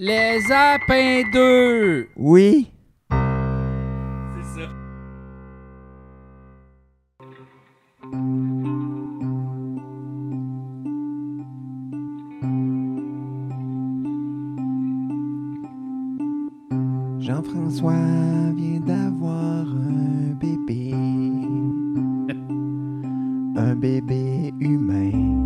Les Apins 2! Oui. C'est ça. Jean-François vient d'avoir un bébé. Un bébé humain.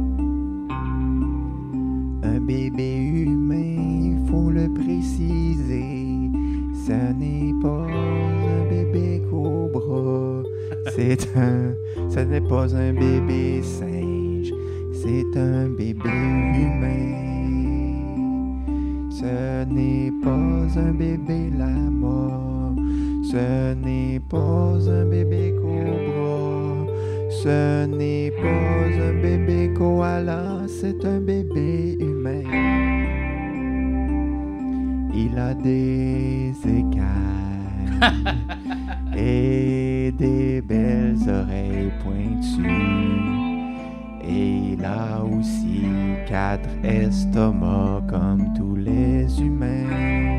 Un bébé humain, il faut le préciser. Ce n'est pas un bébé cobra. C'est un. Ce n'est pas un bébé singe. C'est un bébé humain. Ce n'est pas un bébé lama, ce n'est pas un bébé cobra, ce n'est pas un bébé koala, c'est un bébé humain. Il a des écailles et des belles oreilles pointues. Et il a aussi quatre estomacs comme tous les humains.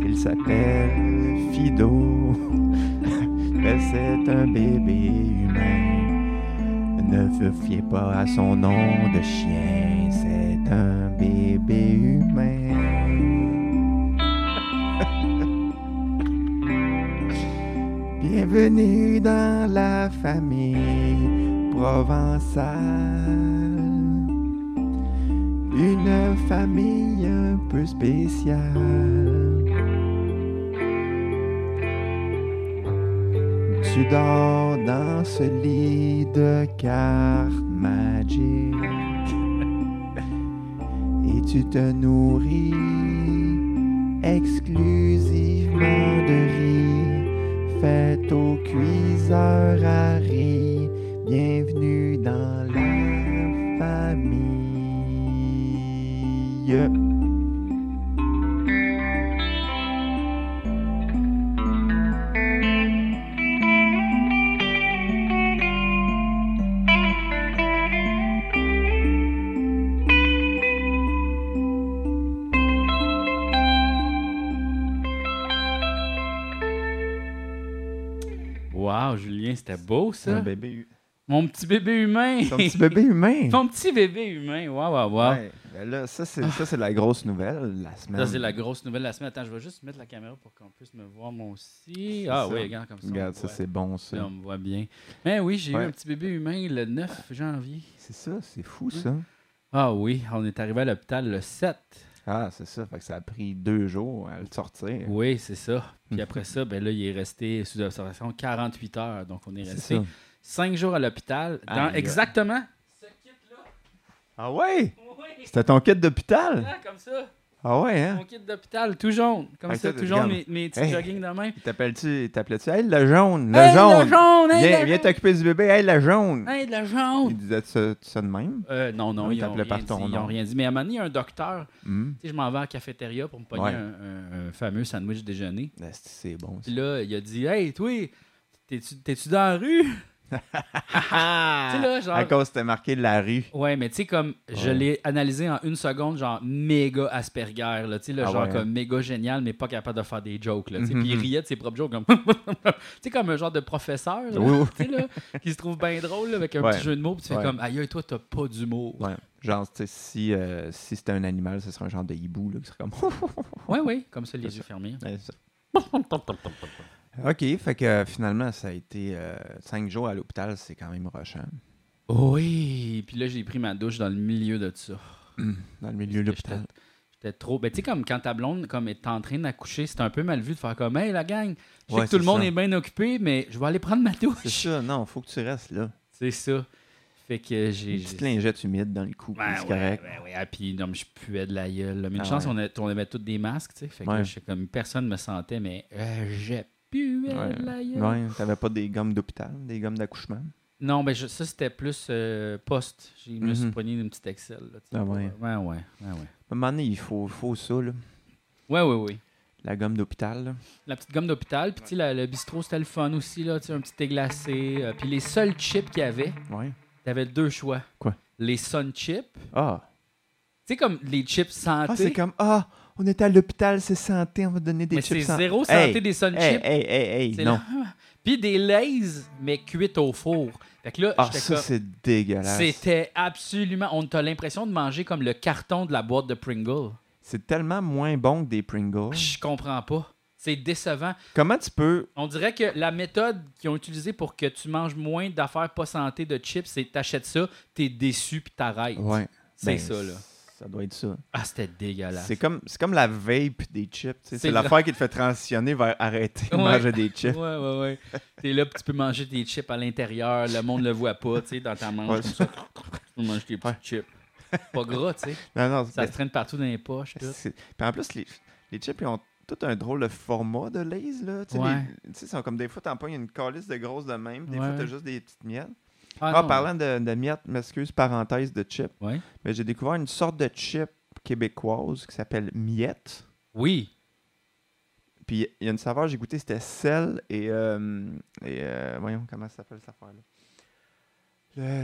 Il s'appelle Fido, mais c'est un bébé humain. Ne vous fiez pas à son nom de chien, c'est un bébé humain. Bienvenue dans la famille provençale. Une famille un peu spéciale. Tu dors dans ce lit de cartes magiques. Et tu te nourris exclusivement de riz fait au cuiseur à riz. Bienvenue dans la famille. Wow, Julien, c'était beau ça. bébé. Mon petit bébé humain. Ton ben- petit bébé humain. Ton petit bébé humain. Wow, wow, wow. Ouais, ben là, ça, c'est, ça, c'est la grosse nouvelle de la semaine. Ça, c'est la grosse nouvelle de la semaine. Attends, je vais juste mettre la caméra pour qu'on puisse me voir moi aussi. C'est Ah ça. oui, regarde comme ça. on Regarde, me ça, voit. c'est bon, ça. Là, on me voit bien. Mais oui, j'ai eu Ouais. un petit bébé humain le 9 janvier. C'est ça, c'est fou, ça. Ah oui, on est arrivé à l'hôpital le 7. Ah, c'est ça. Fait que ça a pris deux jours à le sortir. Oui, c'est ça. Hmm. Puis après ça, ben là, il est resté sous observation 48 heures. Donc, on est C'est resté ça. 5 jours à l'hôpital. dans- Aïe, aïe. exactement. Ce kit-là. Ah ouais? Oui, C'était ton kit d'hôpital? là, comme ça. Ah ouais, hein? Mon kit d'hôpital, tout jaune. Comme Fait que ça, toi, tout jaune, regarde. mes, mes petits Hey. joggings de même. T'appelles-tu, t'appelais-tu, hey, le jaune, le Hey, jaune, Le jaune! hey, viens, le viens jaune. t'occuper du bébé, hey, le jaune. Hey, de la Il jaune! disait ça, ça de même. Euh, non, non, Non, ils il n'ont t'appelait rien, par dit, ton ils nom. ont rien dit. Mais à un moment donné, il y a un docteur. Hum. Tu sais, je m'en vais à la cafétéria pour me pogner Ouais. un, un- un fameux sandwich déjeuner. Esti, Ah, C'est bon. ça. Puis là, il a dit Hey, toi, t'es-tu t'es-tu dans la rue? Tu sais, là, genre- Ah, À cause, c'était marqué la rue. Ouais, mais tu sais, comme je Ouais. l'ai analysé en une seconde, genre méga Asperger, là, tu sais, là, Ah genre ouais, hein. comme méga génial, mais pas capable de faire des jokes, là, tu sais. Mhm. Puis il riait de ses propres jokes, comme. tu sais, comme un genre de professeur, là, Oui, oui. tu sais, là, qui se trouve bien drôle, là, avec un Ouais. petit jeu de mots, puis tu fais Ouais. comme, aïe, aïe, toi, t'as pas d'humour. Ouais. Genre, tu sais, si, euh, si c'était un animal, ce serait un genre de hibou, là, qui serait comme. Ouais, ouais, comme ça, les yeux fermés. Ouais, c'est ça. ok, fait que euh, finalement, ça a été euh, cinq jours à l'hôpital, c'est quand même rushant. Oui, puis là, j'ai pris ma douche dans le milieu de ça. Dans le milieu de Parce que l'hôpital. J'étais trop. Ben, tu sais, comme quand ta blonde comme est en train d'accoucher, c'est un peu mal vu de faire comme, hey, la gang, je sais Ouais, que tout le c'est monde ça. est bien occupé, mais je vais aller prendre ma C'est douche. ça, non, faut que tu restes là. C'est ça. Fait que j'ai. Une j'ai- petite lingette humide dans le cou, Ben c'est ouais, correct. ben ouais. Ah, puis, non, mais je puais de la gueule. là. Mais une Ah chance, ouais. on, a- on avait tous des masques, tu sais. Fait que Ouais. là, je suis comme, personne me sentait, mais euh, j'ai pué Ouais. de la gueule. Ouais, t'avais pas des gommes d'hôpital, des gommes d'accouchement. Non, ben je- ça, c'était plus euh, poste. Je me suis Mhm. pogné une petite Excel. Là, tu sais, Ah pour- euh, ouais. Ouais, ouais, ouais, ouais. À un moment donné, il faut, faut ça, là. Ouais, ouais, ouais. La gomme d'hôpital, là. La petite gomme d'hôpital, puis tu sais, la- le bistrot, c'était le fun aussi, là, tu sais, un petit thé glacé. euh, puis les seuls chips qu'il y avait, Ouais. t'avais deux choix. Quoi? Les Sun Chips. Tu Ah, sais, sais, comme les chips santé. Ah, c'est comme, ah, on est à l'hôpital, c'est santé, on va donner des mais c'est chips santé. zéro santé des sun Hey, chips. hey, hey, C'est hey, non. là- Puis des lays, mais cuites au four. Fait que là, Ah, j'étais ça, comme- c'est dégueulasse. c'était absolument. On t'a l'impression de manger comme le carton de la boîte de Pringle. C'est tellement moins bon que des Pringles. Je comprends pas. C'est décevant. Comment tu peux. On dirait que la méthode qu'ils ont utilisée pour que tu manges moins d'affaires pas santé de chips, c'est t'achètes ça, t'es déçu puis t'arrêtes. Ouais. C'est ben, ça, là. Ça doit être ça. Ah, c'était dégueulasse. C'est comme, c'est comme la vape des chips. tu sais. C'est C'est l'affaire qui te fait transitionner vers arrêter de Ouais. manger des chips. Ouais, ouais, ouais. T'es là, puis tu peux manger tes chips à l'intérieur, le monde le voit pas, tu sais, dans ta manche. Comme ça, Ouais. tu peux manger tes petits Ouais. chips. Pas gras, tu sais. Non, non, Ça ben, se traîne partout dans les poches. tout. c'est- Puis en plus, les, les chips, ils ont tout un drôle de format de Lays, là. Tu sais, Ouais. les- tu sais, c'est comme des fois, t'en pognes une calice de grosse de même. Des fois, Ouais. t'as juste des petites miettes. Ah, Ah, non. parlant de, de miettes, m'excuse, parenthèse de chips, Ouais. mais j'ai découvert une sorte de chip québécoise qui s'appelle miette. Oui. Puis il y a une saveur, j'ai goûté, c'était sel et. euh, et euh, voyons, comment ça s'appelle cette affaire-là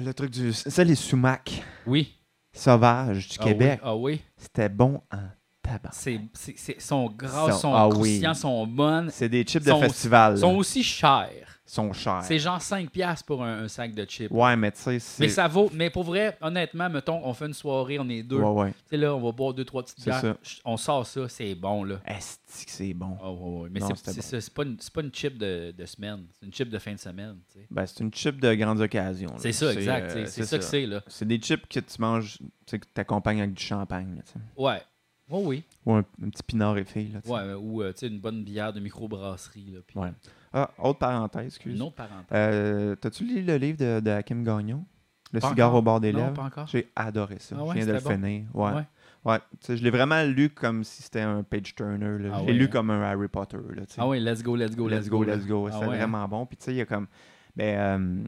le, le truc du. Sel et sumac Oui. sauvage du Ah Québec. oui, Ah oui. C'était bon en tabac. C'est, c'est, c'est- sont gras, Sont- sont ah oui. croustillants, sont bonnes. C'est des chips Sont- de festival. Sont aussi chères. sont chers. C'est genre 5$ piastres pour un, un sac de chips. Ouais, mais tu sais, c'est. Mais ça vaut. Mais pour vrai, honnêtement, mettons, on fait une soirée, on est deux. Ouais, ouais. Tu sais, là, on va boire deux, trois petites C'est bières. ça. Ch- On sort ça, c'est bon, là. Esti que c'est bon. Ah, ouais, ouais. Mais Non, c'est c'était c'est bon. ça, c'est pas, une- c'est pas une chip de, de semaine, c'est une chip de fin de semaine. tu sais. Ben, c'est une chip de grande occasion. là. C'est ça, exact. euh, c'est- c'est ça, que c'est, là. C'est des chips que tu manges, tu sais, que t'accompagnes avec du champagne, là, tu sais. Ouais. Ouais, oui. Ou un, un petit pinard effet, là, tu sais. Ouais, euh, ou euh, tu sais, une bonne bière de microbrasserie. Là, puis Ouais. Ah, autre parenthèse, excuse. Une autre parenthèse. Euh, T'as-tu lu le livre de, de Hakim Gagnon? Le Pas cigare encore. au bord des non, lèvres? pas encore. J'ai adoré ça. Ah ouais, je viens de le c'était bon. finir. Ouais. Ouais. Ouais. Tu sais, je l'ai vraiment lu comme si c'était un page turner. là. Ah je l'ai ouais, lu hein. comme un Harry Potter. Là, tu sais. Ah oui, let's go, let's go, Let's go, là. let's go. Ah C'était ouais, hein. vraiment bon. Puis tu sais, il y a comme. Ben, euh,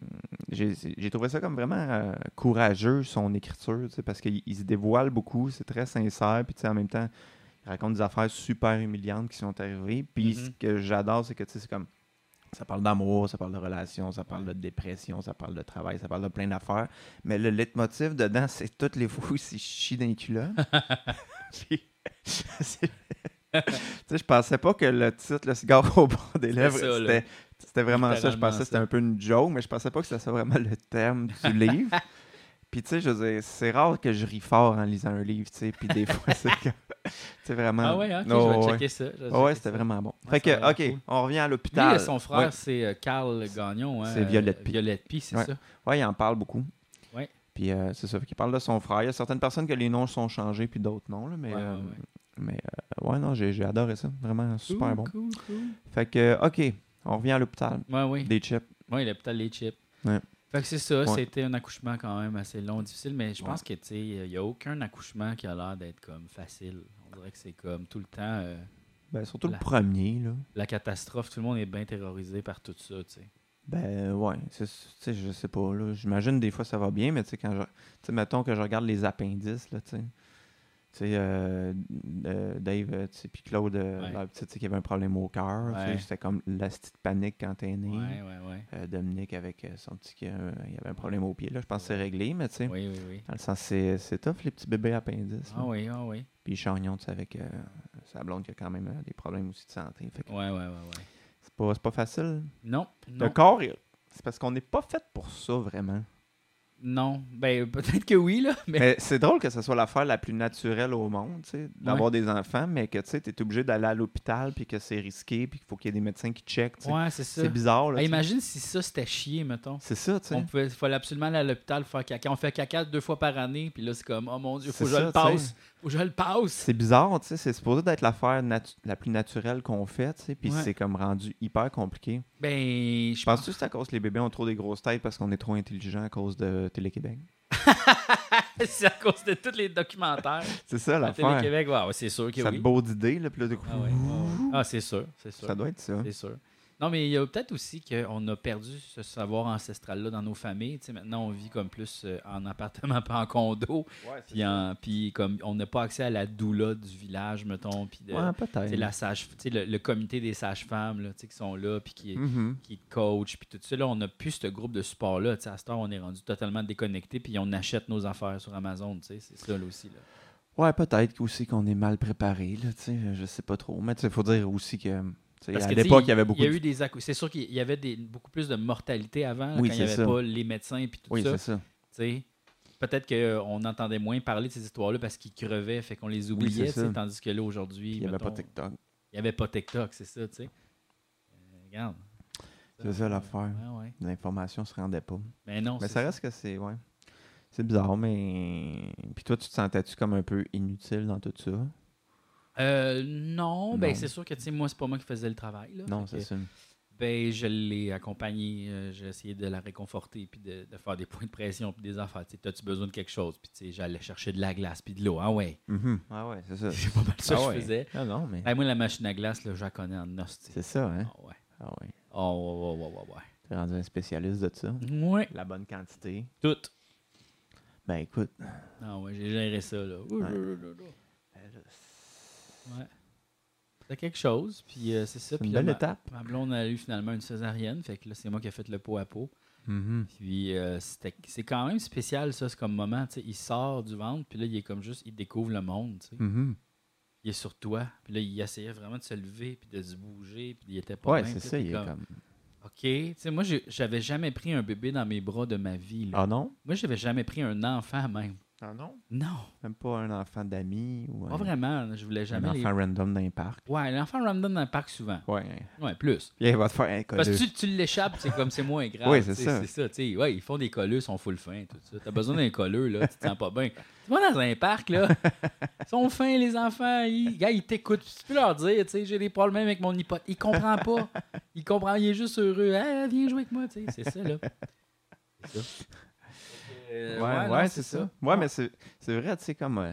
j'ai j'ai trouvé ça comme vraiment euh, courageux, son écriture, tu sais, parce qu'il il se dévoile beaucoup, c'est très sincère. Puis tu sais, en même temps, il raconte des affaires super humiliantes qui sont arrivées. Mhm. Puis ce que j'adore, c'est que tu sais, c'est comme. Ça parle d'amour, ça parle de relations, ça parle de dépression, ça parle de travail, ça parle de plein d'affaires. Mais le leitmotiv dedans, c'est toutes les fois où il chie d'un culotte. Puis, c'est- tu sais, je pensais pas que le titre, le cigare au bord des lèvres, ça, là. c'était, c'était vraiment ça. Je Littéralement pensais que c'était ça. un peu une joke, mais je pensais pas que ça soit vraiment le thème du livre. Puis, tu sais, je veux dire, c'est rare que je ris fort en lisant un livre, tu sais. Puis, des fois, c'est comme. Tu sais, vraiment. Ah ouais, ok, Oh, je vais ouais. checker ça. je vais Ouais, checker c'était ça. vraiment bon. Ouais, fait ça que, a ok, l'air cool. on revient à l'hôpital. Lui et son frère, Ouais, c'est euh, Carl Gagnon. hein, C'est Violette euh, Pie. Violette Pie, c'est Ouais. ça. ouais, il en parle beaucoup. Ouais. Puis, euh, c'est ça, il parle de son frère. Il y a certaines personnes que les noms sont changés, puis d'autres non, là, mais. Ouais, ouais, euh, ouais. Mais euh, ouais, non, j'ai j'ai adoré ça. Vraiment super Cool, bon. Cool, cool. Fait que, euh, OK, on revient à l'hôpital. Ouais, oui. Des chips. Oui, l'hôpital Les Chips. Ouais. Fait que c'est ça, Ouais. c'était un accouchement quand même assez long, difficile, mais je pense que, tu sais, il n'y a aucun accouchement qui a l'air d'être comme facile. On dirait que c'est comme tout le temps euh, Ben, surtout La- le premier, là. la catastrophe, tout le monde est bien terrorisé par tout ça, tu sais. Ben, ouais, c'est- tu sais, je sais pas, là. J'imagine des fois ça va bien, mais tu sais, quand je. Tu sais, mettons que je regarde les appendices, là, tu sais. Tu sais, euh, euh, Dave, euh, tu sais, puis Claude, euh, Ouais. leur petite, tu sais, qui avait un problème au cœur. tu sais, Ouais. C'était comme la petite panique quand t'es né. Ouais, ouais, ouais. Euh, Dominique avec euh, son petit. euh, il avait un problème au pied, là. Je pense que c'est réglé, mais tu sais. Oui, oui, oui. Dans le sens, c'est c'est tough, les petits bébés appendices. là. Ah oui, ah oui. Puis Chagnon, tu sais, avec euh, sa blonde qui a quand même euh, des problèmes aussi de santé. Fait que Ouais, ouais, ouais, ouais. c'est pas, c'est pas facile. Non, Le non, corps, il- c'est parce qu'on n'est pas fait pour ça vraiment. non. Ben, peut-être que oui, là, mais... Mais c'est drôle que ce soit l'affaire la plus naturelle au monde, tu sais, d'avoir des enfants, mais que tu sais, t'es obligé d'aller à l'hôpital, puis que c'est risqué, puis qu'il faut qu'il y ait des médecins qui checkent. tu sais. Ouais, c'est ça. c'est bizarre, là. Hey, tu sais. imagine si ça, c'était chier, mettons. C'est ça, tu sais. On pouvait- il fallait absolument aller à l'hôpital faire caca. On fait caca deux fois par année, puis là, c'est comme, oh mon Dieu, faut que C'est je ça, le tu sais. passe. Faut que je le passe. C'est bizarre, tu sais. C'est supposé d'être l'affaire natu- la plus naturelle qu'on fait, tu sais, puis Ouais. c'est comme rendu hyper compliqué. Ben, je Je pense que c'est à cause que les bébés ont trop des grosses têtes parce qu'on est trop intelligent à cause de Télé-Québec. c'est à cause de tous les documentaires. C'est ça La l'affaire. Ah, Télé-Québec, ouais, ouais, c'est sûr que Ça a oui. de beaux idées, là, puis là, de coup, Ah, ouais, ouais, ouais. Ah, c'est sûr, c'est sûr. ça doit être ça. C'est sûr. Non, mais il y a peut-être aussi qu'on a perdu ce savoir ancestral-là dans nos familles. Tu sais, maintenant, on vit comme plus euh, en appartement, pas en condo. Puis, en- puis comme on n'a pas accès à la doula du village, mettons. Puis de, Ouais, tu sais, peut-être. euh, la sage, tu sais, le, le comité des sages-femmes là, tu sais, qui sont là, puis qui, Mhm. qui te coach, puis tout ça. Là, on n'a plus ce groupe de support-là. Tu sais, À cette heure, on est rendu totalement déconnecté, puis on achète nos affaires sur Amazon. tu sais, C'est ça, là aussi. Là. Ouais, peut-être aussi qu'on est mal préparé, là, tu sais, je sais pas trop. Mais il faut dire aussi que, tu sais, Parce à que, tu sais, l'époque, il y avait beaucoup Il y a de... eu des accou- C'est sûr qu'il y avait des, beaucoup plus de mortalité avant, là, Oui, quand il n'y c'est avait ça. pas les médecins et tout Oui, ça. c'est ça. tu sais. Peut-être qu'on entendait moins parler de ces histoires-là parce qu'ils crevaient, fait qu'on les oubliait, c'est tu sais, ça. tandis que là, aujourd'hui, Puis Il y avait mettons, pas TikTok. il y avait pas TikTok, c'est ça, tu sais. Euh, regarde. C'est ça l'affaire. Ouais, ouais. L'information se rendait pas. Mais non, Mais c'est ça reste que c'est, ouais. C'est bizarre, mais... Puis toi, tu te sentais-tu comme un peu inutile dans tout ça? Euh, non, ben Non. c'est sûr que, tu sais, moi, c'est pas moi qui faisais le travail, là. Non, Fait c'est que, ça. Ben, je l'ai accompagnée, euh, j'ai essayé de la réconforter, puis de, de faire des points de pression, puis des affaires. Tu sais, as-tu besoin de quelque chose? Puis, tu sais, j'allais chercher de la glace, puis de l'eau. Ah ouais, Mhm. Ah ouais, c'est ça. c'est pas mal ça Ah que ouais. je faisais. Ah non, mais... Ben, moi, la machine à glace, là, je la connais en hostie. C'est ça, hein? Ah ouais. Ah ouais. Oh, ouais, ouais, ouais, ouais, ouais. T'es rendu un spécialiste de ça. Oui, La bonne quantité. tout. Ben écoute, Ah ouais, j'ai géré ça, là. Ouh, Ouais. là, là, là, là. Ouais. C'était quelque chose, puis euh, c'est ça. c'est Puis une là, belle ma, étape. ma blonde a eu finalement une césarienne, fait que là, c'est moi qui ai fait le pot à pot. Mhm. Puis euh, c'était- c'est quand même spécial, ça, c'est comme moment, tu sais, il sort du ventre, puis là, il est comme juste, il découvre le monde, tu sais. Mhm. Il est sur toi, puis là, il essayait vraiment de se lever, puis de se bouger, puis il était pas Ouais, bien, c'est puis là, ça, t'es il est comme... OK, tu sais, moi, j'ai- j'avais jamais pris un bébé dans mes bras de ma vie, là. Ah non? Moi, j'avais jamais pris un enfant, même. Ah non? Non, Même pas un enfant d'amis ou pas un, vraiment, là, je voulais un jamais les enfant random d'un parc. Ouais, l'enfant random dans le parc souvent. Ouais. Ouais, plus. Puis là, il va te faire un Parce que colleux. tu, tu l'échappes, c'est comme c'est moins grave. Ben, Oui, c'est tu sais, ça. C'est ça, tu sais. Ouais, ils font des colleux, ils sont full fins, tout ça. T'as besoin d'un colleux, là, tu te sens pas bien. Tu vas dans un parc, là. Ils sont fins, les enfants. Ils, gars, ils t'écoutent. Tu peux leur dire, tu sais, j'ai des problèmes avec mon hypothèque. Il comprend pas. Il comprend, il est juste heureux. Ah, viens jouer avec moi, tu sais. C'est ça, là. C'est ça. Euh, ouais, ouais, non, c'est ça. Ouais, mais c'est c'est vrai, tu sais, comme. euh,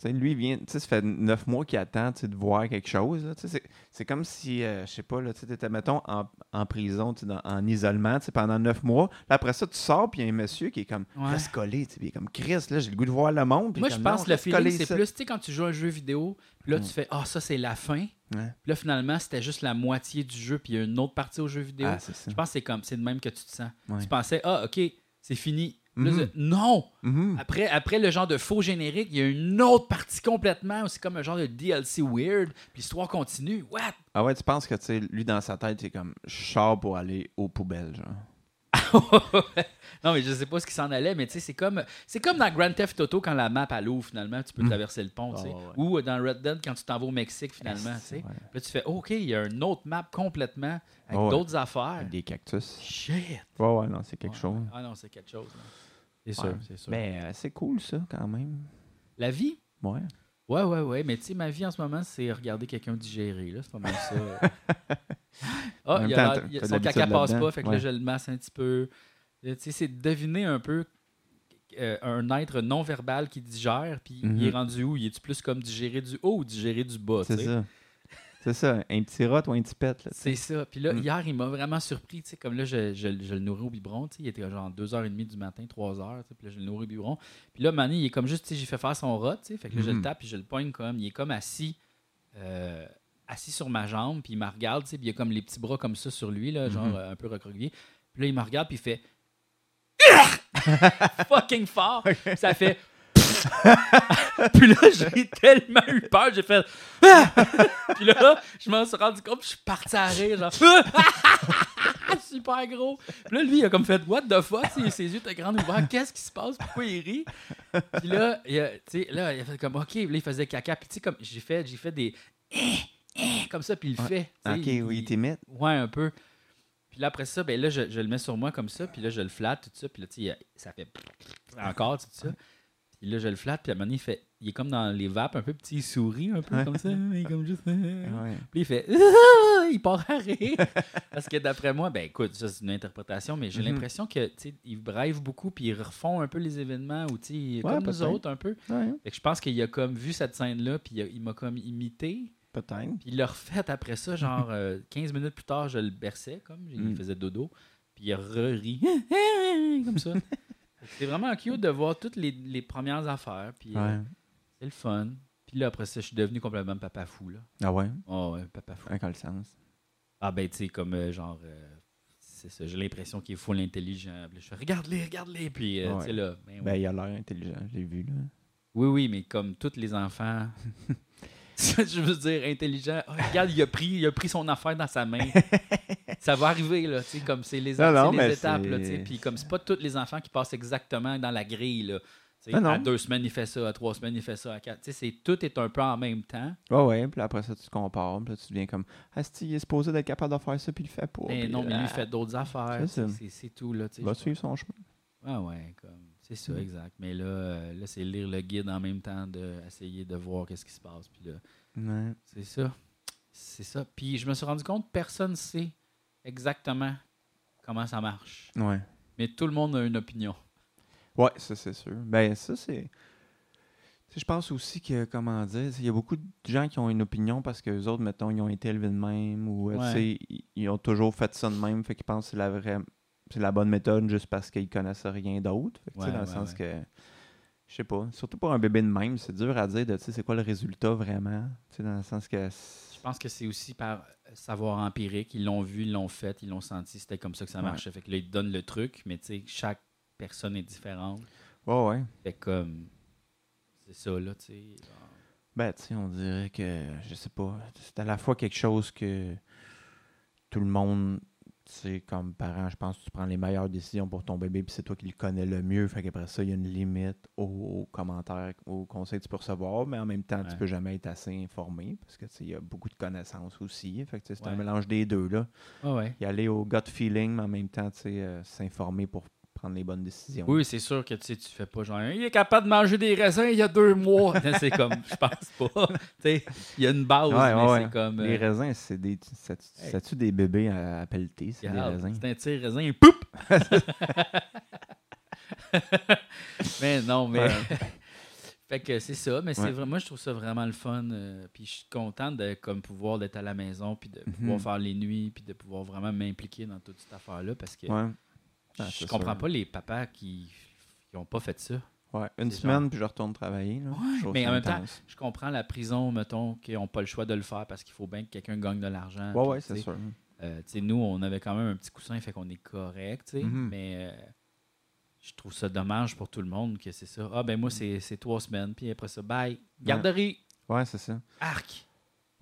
tu sais, lui, il vient, tu sais, ça fait neuf mois qu'il attend, tu sais, de voir quelque chose. là. Tu sais, c'est- c'est comme si, euh, je sais pas, là, tu étais, mettons, en, en prison, tu sais, dans- en isolement, tu sais, pendant neuf mois. Là, après ça, tu sors, puis il y a un monsieur qui est comme, Ouais. reste collé, tu sais, puis il est comme, Chris, là, j'ai le goût de voir le monde. Puis Moi, il est je comme, pense Non, que le reste feeling, collé c'est ici. plus, tu sais, quand tu joues à un jeu vidéo, puis là, Mm. tu fais, ah, ça, c'est la fin. Ouais. Puis là, finalement, c'était juste la moitié du jeu, puis il y a une autre partie au jeu vidéo. Ah, c'est ça. je pense que c'est comme, c'est de même que tu te sens. Ouais. Tu pensais, ah, OK, c'est fini. Puis là, Mhm. c'est- non! Mhm. Après, après le genre de faux générique, il y a une autre partie complètement, où c'est comme un genre de DLC weird, puis l'histoire continue. What? Ah ouais, tu penses que, tu sais, lui, dans sa tête, c'est comme, je sors pour aller aux poubelles, genre. non, mais je sais pas ce qui s'en allait, mais tu sais, c'est comme, c'est comme dans Grand Theft Auto quand la map, elle ouvre finalement, tu peux Mm. traverser le pont, tu sais. Ah, ouais, ouais. Ou euh, dans Red Dead quand tu t'en vas au Mexique finalement, tu Est-ce- sais. ouais. Puis Là, tu fais, OK, il y a une autre map complètement, avec Ah ouais. d'autres affaires. Avec des cactus. Shit! Ouais, ouais, non, c'est quelque Ouais, chose. ouais. Ah non, c'est quelque chose. là. C'est Ouais. sûr, c'est sûr. Mais euh, c'est cool, ça, quand même. La vie? Ouais. Ouais, ouais, ouais. Mais tu sais, ma vie en ce moment, c'est regarder quelqu'un digérer. là. C'est pas mal ça. En Ah, même il y temps, a t'as- l'air- il y a- t'as son l'habitude caca passe là-dedans. pas, fait que là, Ouais. je le masse un petit peu. Euh, Tu sais, c'est deviner un peu euh, un être non-verbal qui digère, puis il est Mhm. rendu où? Il est-tu plus comme digérer du haut ou digérer du bas? tu C'est sais? ça. C'est ça, un petit rot ou un petit pet. Là, tu sais. C'est ça. Puis là, Mm. hier, il m'a vraiment surpris. Tu sais, comme là, je, je- je le nourris au biberon. Tu sais, il était genre 2h30 du matin, 3h. Puis là, je le nourris au biberon. Puis là, Mané, il est comme juste, tu sais, j'ai fait faire son rot. Tu sais, fait que là, je le Mhm. tape, puis je le poigne comme. Il est comme assis. euh, assis sur ma jambe, puis il me regarde, tu sais, puis il a comme les petits bras comme ça sur lui, là, genre Mhm. euh, un peu recroquevillé. Puis là, il me regarde, puis il fait fucking fort. Puis Ça fait puis là, j'ai tellement eu peur, j'ai fait. puis là, je m'en suis rendu compte, puis je suis parti à rire, genre. Super gros. Puis là, lui, il a comme fait What the fuck? Tu sais, ses yeux étaient grands ouverts. Qu'est-ce qui se passe? Pourquoi il rit? Puis là, il a, tu sais, là, il a fait comme OK. Puis Là, il faisait caca. Puis tu sais, comme j'ai fait, j'ai fait des. eh, Comme ça, puis il le Ouais. fait. Tu sais, Ah, Ok, oui, il t'imite. Ouais, un peu. Puis là, après ça, ben là, je, je le mets sur moi comme ça, puis là, je le flatte, tout ça, puis là, tu sais, ça fait encore, tout ça. Puis là, je le flatte, puis à un moment donné, il fait, il est comme dans les vapes un peu, petit, il sourit un peu, Ouais. comme ça, il est comme juste... Puis Ouais. il fait... Ah! Il part à rire. Parce que d'après moi, ben écoute, ça, c'est une interprétation, mais j'ai Mhm. l'impression que, tu sais, ils brèvent beaucoup, puis ils refont un peu les événements, ou, tu sais, Ouais, comme nous peut-être. autres, un peu. Ouais, hein, Fait que je pense qu'il a comme vu cette scène-là, puis il a- il m'a comme imité. peut-être. Puis il l'a refait après ça, genre euh, 15 minutes plus tard, je le berçais, comme il Mm. faisait dodo. Puis il a re-ri, comme ça. C'est vraiment cute de voir toutes les, les premières affaires. Puis euh, Ouais. c'est le fun. Puis là, après ça, je suis devenu complètement papa fou. Là. Ah ouais, Oh, ouais, papa fou. un le sens. Ah ben, tu sais, comme euh, genre. euh, c'est ça, j'ai l'impression qu'il est full intelligent. Puis là, je fais regarde-les, regarde-les. Puis, euh, Ouais. tu sais, là. ben, Ben, il a l'air intelligent, j'ai vu. Là. Oui, oui, mais comme tous les enfants. je veux dire, intelligent. Oh, regarde, il a, pris, il a pris son affaire dans sa main. ça va arriver, là, tu sais, comme c'est les, Non, non, c'est mais les étapes, là, tu sais. c'est- Puis comme c'est pas tous les enfants qui passent exactement dans la grille, là. Tu sais, Non, non. À deux semaines, il fait ça. À trois semaines, il fait ça. À quatre. Tu sais, c'est- tout est un peu en même temps. Ouais, Ah, ouais, puis là, après ça, tu te compares, puis là, tu deviens comme Asti, il est supposé d'être capable de faire ça, puis il le fait pas. mais puis Ben, non, mais lui, là, il fait d'autres affaires. Oh, c'est tu sais, ça. C'est c'est tout, là. tu sais. il va suivre son chemin. Ah ouais, comme c'est ça, Mm. exact. Mais là, euh, là c'est lire le guide en même temps, de essayer de voir qu'est-ce qui se passe. Puis là, Ouais. c'est ça, c'est ça. Puis je me suis rendu compte, personne sait exactement comment ça marche. Ouais. Mais tout le monde a une opinion. Ouais, ça c'est sûr. Ben ça c'est. Tu sais, Je pense aussi que, comment dire, il y a beaucoup de gens qui ont une opinion parce que les autres, mettons, ils ont été élevés de même ou euh, tu Ouais. sais, ils- ils ont toujours fait ça de même, fait qu'ils pensent que c'est la vraie c'est la bonne méthode juste parce qu'ils connaissent rien d'autre. Fait que, tu sais, Ouais, dans le ouais, sens que je sais pas. Surtout pour un bébé de même, c'est dur à dire de tu sais c'est quoi le résultat vraiment. Tu sais, dans le sens que Je pense que c'est aussi par savoir empirique. Ils l'ont vu, ils l'ont fait, ils l'ont senti. C'était comme ça que ça Ouais. marchait. Fait que là, ils te donnent le truc, mais tu sais, chaque personne est différente. Ouais ouais. Fait que, comme, c'est ça, là, tu sais. Ben, tu sais, on dirait que, je sais pas, c'est à la fois quelque chose que tout le monde, tu sais, comme parent, je pense que tu prends les meilleures décisions pour ton bébé, puis c'est toi qui le connais le mieux. Fait qu'après ça, il y a une limite aux, aux commentaires, aux conseils que tu peux recevoir, mais en même temps, tu Ouais. peux jamais être assez informé, parce que, tu sais, il y a beaucoup de connaissances aussi. Fait que, tu sais, c'est un Ouais. mélange des deux, là. Ah ouais. Y aller au gut feeling, mais en même temps, tu sais, euh, s'informer pour prendre les bonnes décisions. Oui, c'est sûr que tu sais, tu fais pas genre il est capable de manger des raisins il y a deux mois. Non, c'est comme je pense pas. Tu sais, il y a une base, Ouais, mais ouais, ouais. c'est comme Les euh, raisins, c'est des. C'est c'est-tu des bébés à, à pelleter, c'est des regarde, raisins? C'est un tir raisin, poup! mais non, mais. euh, fait que c'est ça, mais Ouais. c'est vraiment, moi je trouve ça vraiment le fun. euh, puis je suis content de comme, pouvoir d'être à la maison, puis de Mhm. pouvoir faire les nuits, puis de pouvoir vraiment m'impliquer dans toute cette affaire-là parce que Ouais. Ah, je c'est comprends sûr. pas les papas qui n'ont pas fait ça. Ouais, une C'est semaine, puis je retourne travailler. là. Je trouve mais ça en même temps, intense. je comprends la prison, mettons, qu'ils n'ont pas le choix de le faire parce qu'il faut bien que quelqu'un gagne de l'argent. Ouais, puis, ouais, tu c'est sais, sûr. euh, tu sais, nous, on avait quand même un petit coussin, fait qu'on est correct, tu sais, Mhm. mais euh, je trouve ça dommage pour tout le monde que c'est ça. Ah, ben moi, c'est c'est trois semaines, puis après ça, bye. Garderie, Ouais, c'est ça. arc,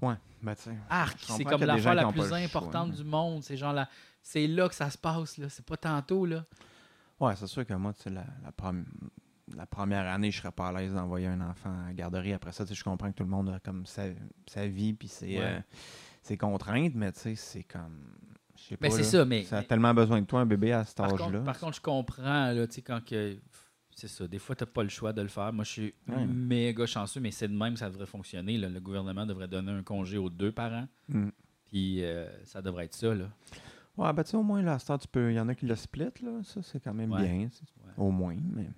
Ouais, ben tu sais. arc. Je C'est comprends comme qu'il y a des gens l'affaire la qui ont plus pas le choix, importante mais- du monde. C'est genre là, c'est là que ça se passe, là. C'est pas tantôt, là. Ouais, c'est sûr que moi, tu sais, la, la, prom- la première année, je serais pas à l'aise d'envoyer un enfant à la garderie. Après ça, tu sais, je comprends que tout le monde a comme sa, sa vie, puis ses, Ouais. euh, ses contraintes, mais tu sais, c'est comme. Je sais pas. Ben, c'est là. ça, mais- Ça a mais- tellement besoin de toi, un bébé à cet Par âge-là. contre, par contre, je comprends, là, tu sais, quand que. C'est ça, des fois, tu n'as pas le choix de le faire. Moi, je suis Ouais. méga chanceux, mais c'est de même que ça devrait fonctionner. là. Le gouvernement devrait donner un congé aux deux parents, Mm. puis euh, ça devrait être ça, là. Ouais, ben tu sais, au moins, là, à cette heure, tu peux. Il y en a qui le split, là. Ça, c'est quand même Ouais. bien. c'est- Ouais. Au moins, mais.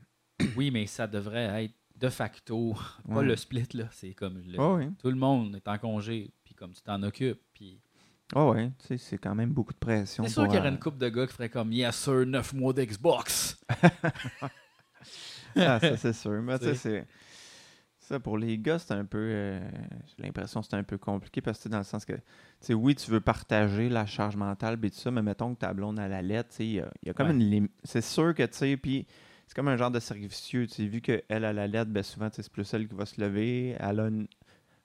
Oui, mais ça devrait être de facto, pas Ouais. Oh. le split, là. C'est comme le- Ouais, ouais. tout le monde est en congé, puis comme tu t'en occupes, puis... Ouais, ouais. Tu sais, c'est quand même beaucoup de pression. C'est sûr pour, qu'il y aurait euh, une couple de gars qui ferait comme « Yes, sir, 9 mois d'Xbox! Ah, ça, c'est sûr. Mais tu sais, Tu c'est. Ça, pour les gars, c'est un peu. euh, J'ai l'impression que c'est un peu compliqué parce que, tu sais, dans le sens que, tu sais, oui, tu veux partager la charge mentale et tout ça, mais mettons que ta blonde à la lettre, tu sais, il y, a- il y a comme Ouais. une limite. C'est sûr que, tu sais, puis c'est comme un genre de servicieux, tu sais, vu qu'elle a la lettre, ben souvent, tu sais, c'est plus elle qui va se lever. Elle a une,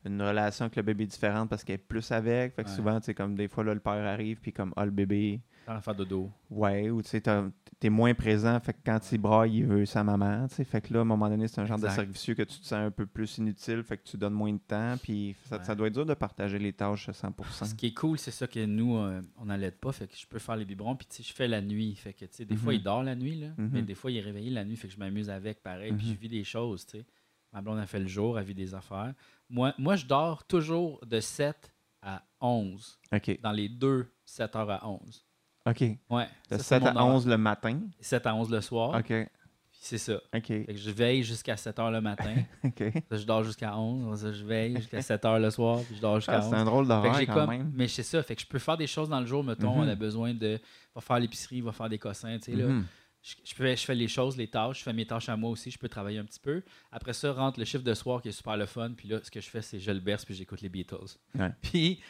une relation avec le bébé différente parce qu'elle est plus avec. Fait que Ouais. souvent, tu sais, comme des fois, là, le père arrive, puis comme, ah, le bébé, » T'en faire dodo. Ouais, ou tu sais, t'as- t'es moins présent, fait que quand il braille, il veut sa maman, tu sais. Fait que là, à un moment donné, c'est un genre de Exact. servicieux que tu te sens un peu plus inutile, fait que tu donnes moins de temps, puis ça, Ouais. ça doit être dur de partager les tâches à 100 Ce qui est cool, c'est ça que nous, euh, on n'allait pas. Fait que je peux faire les biberons, puis tu sais, je fais la nuit. Fait que, tu sais, des fois, Mhm. il dort la nuit, là, mais Mhm. des fois, il est réveillé la nuit. Fait que je m'amuse avec, pareil, puis Mhm. je vis des choses, tu sais. Ma blonde a fait le jour, elle vit des affaires. Moi, moi, je dors toujours de 7 à 11, OK. dans les deux 7 heures à 11. OK. De Ouais. ça, c'est 7 mon à horaire. 11 le matin. 7 à 11 le soir, OK. puis c'est ça. OK. Fait que je veille jusqu'à 7 heures le matin. OK. Ça, je dors jusqu'à 11, Ça, je veille jusqu'à 7 heures le soir, puis je dors jusqu'à Ah, 11. c'est un drôle Fait que d'horaire j'ai quand comme- même. Mais c'est ça, fait que je peux faire des choses dans le jour, mettons, Mhm. on a besoin de va faire l'épicerie, va faire des cossins, tu sais là. Mhm. Je, je fais, je fais les choses, les tâches, je fais mes tâches à moi aussi, je peux travailler un petit peu. Après ça, rentre le chiffre de soir qui est super le fun, puis là, ce que je fais, c'est je le berce, puis j'écoute les Beatles. Ouais. Puis,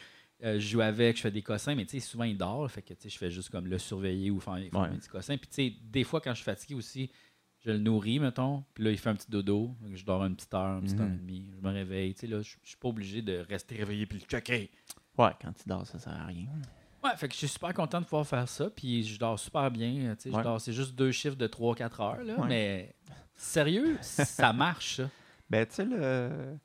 euh, je joue avec, je fais des cossins, mais tu sais, souvent il dort, fait que tu sais, je fais juste comme le surveiller ou faire, faire Ouais. mes petits cossins. Puis tu sais, des fois, quand je suis fatigué aussi, je le nourris, mettons, puis là, il fait un petit dodo, donc je dors une petite heure, une petite Mhm. heure et demie, je me réveille, tu sais, là, je je suis pas obligé de rester réveillé puis le checker. Ouais, quand tu dors, ça sert à rien. Ouais, fait que je suis super content de pouvoir faire ça, puis je dors super bien, euh, tu sais, je Ouais. dors, c'est juste deux chiffres de 3-4 heures, là, Ouais. mais sérieux, ça marche, ça. Ben, tu sais, le...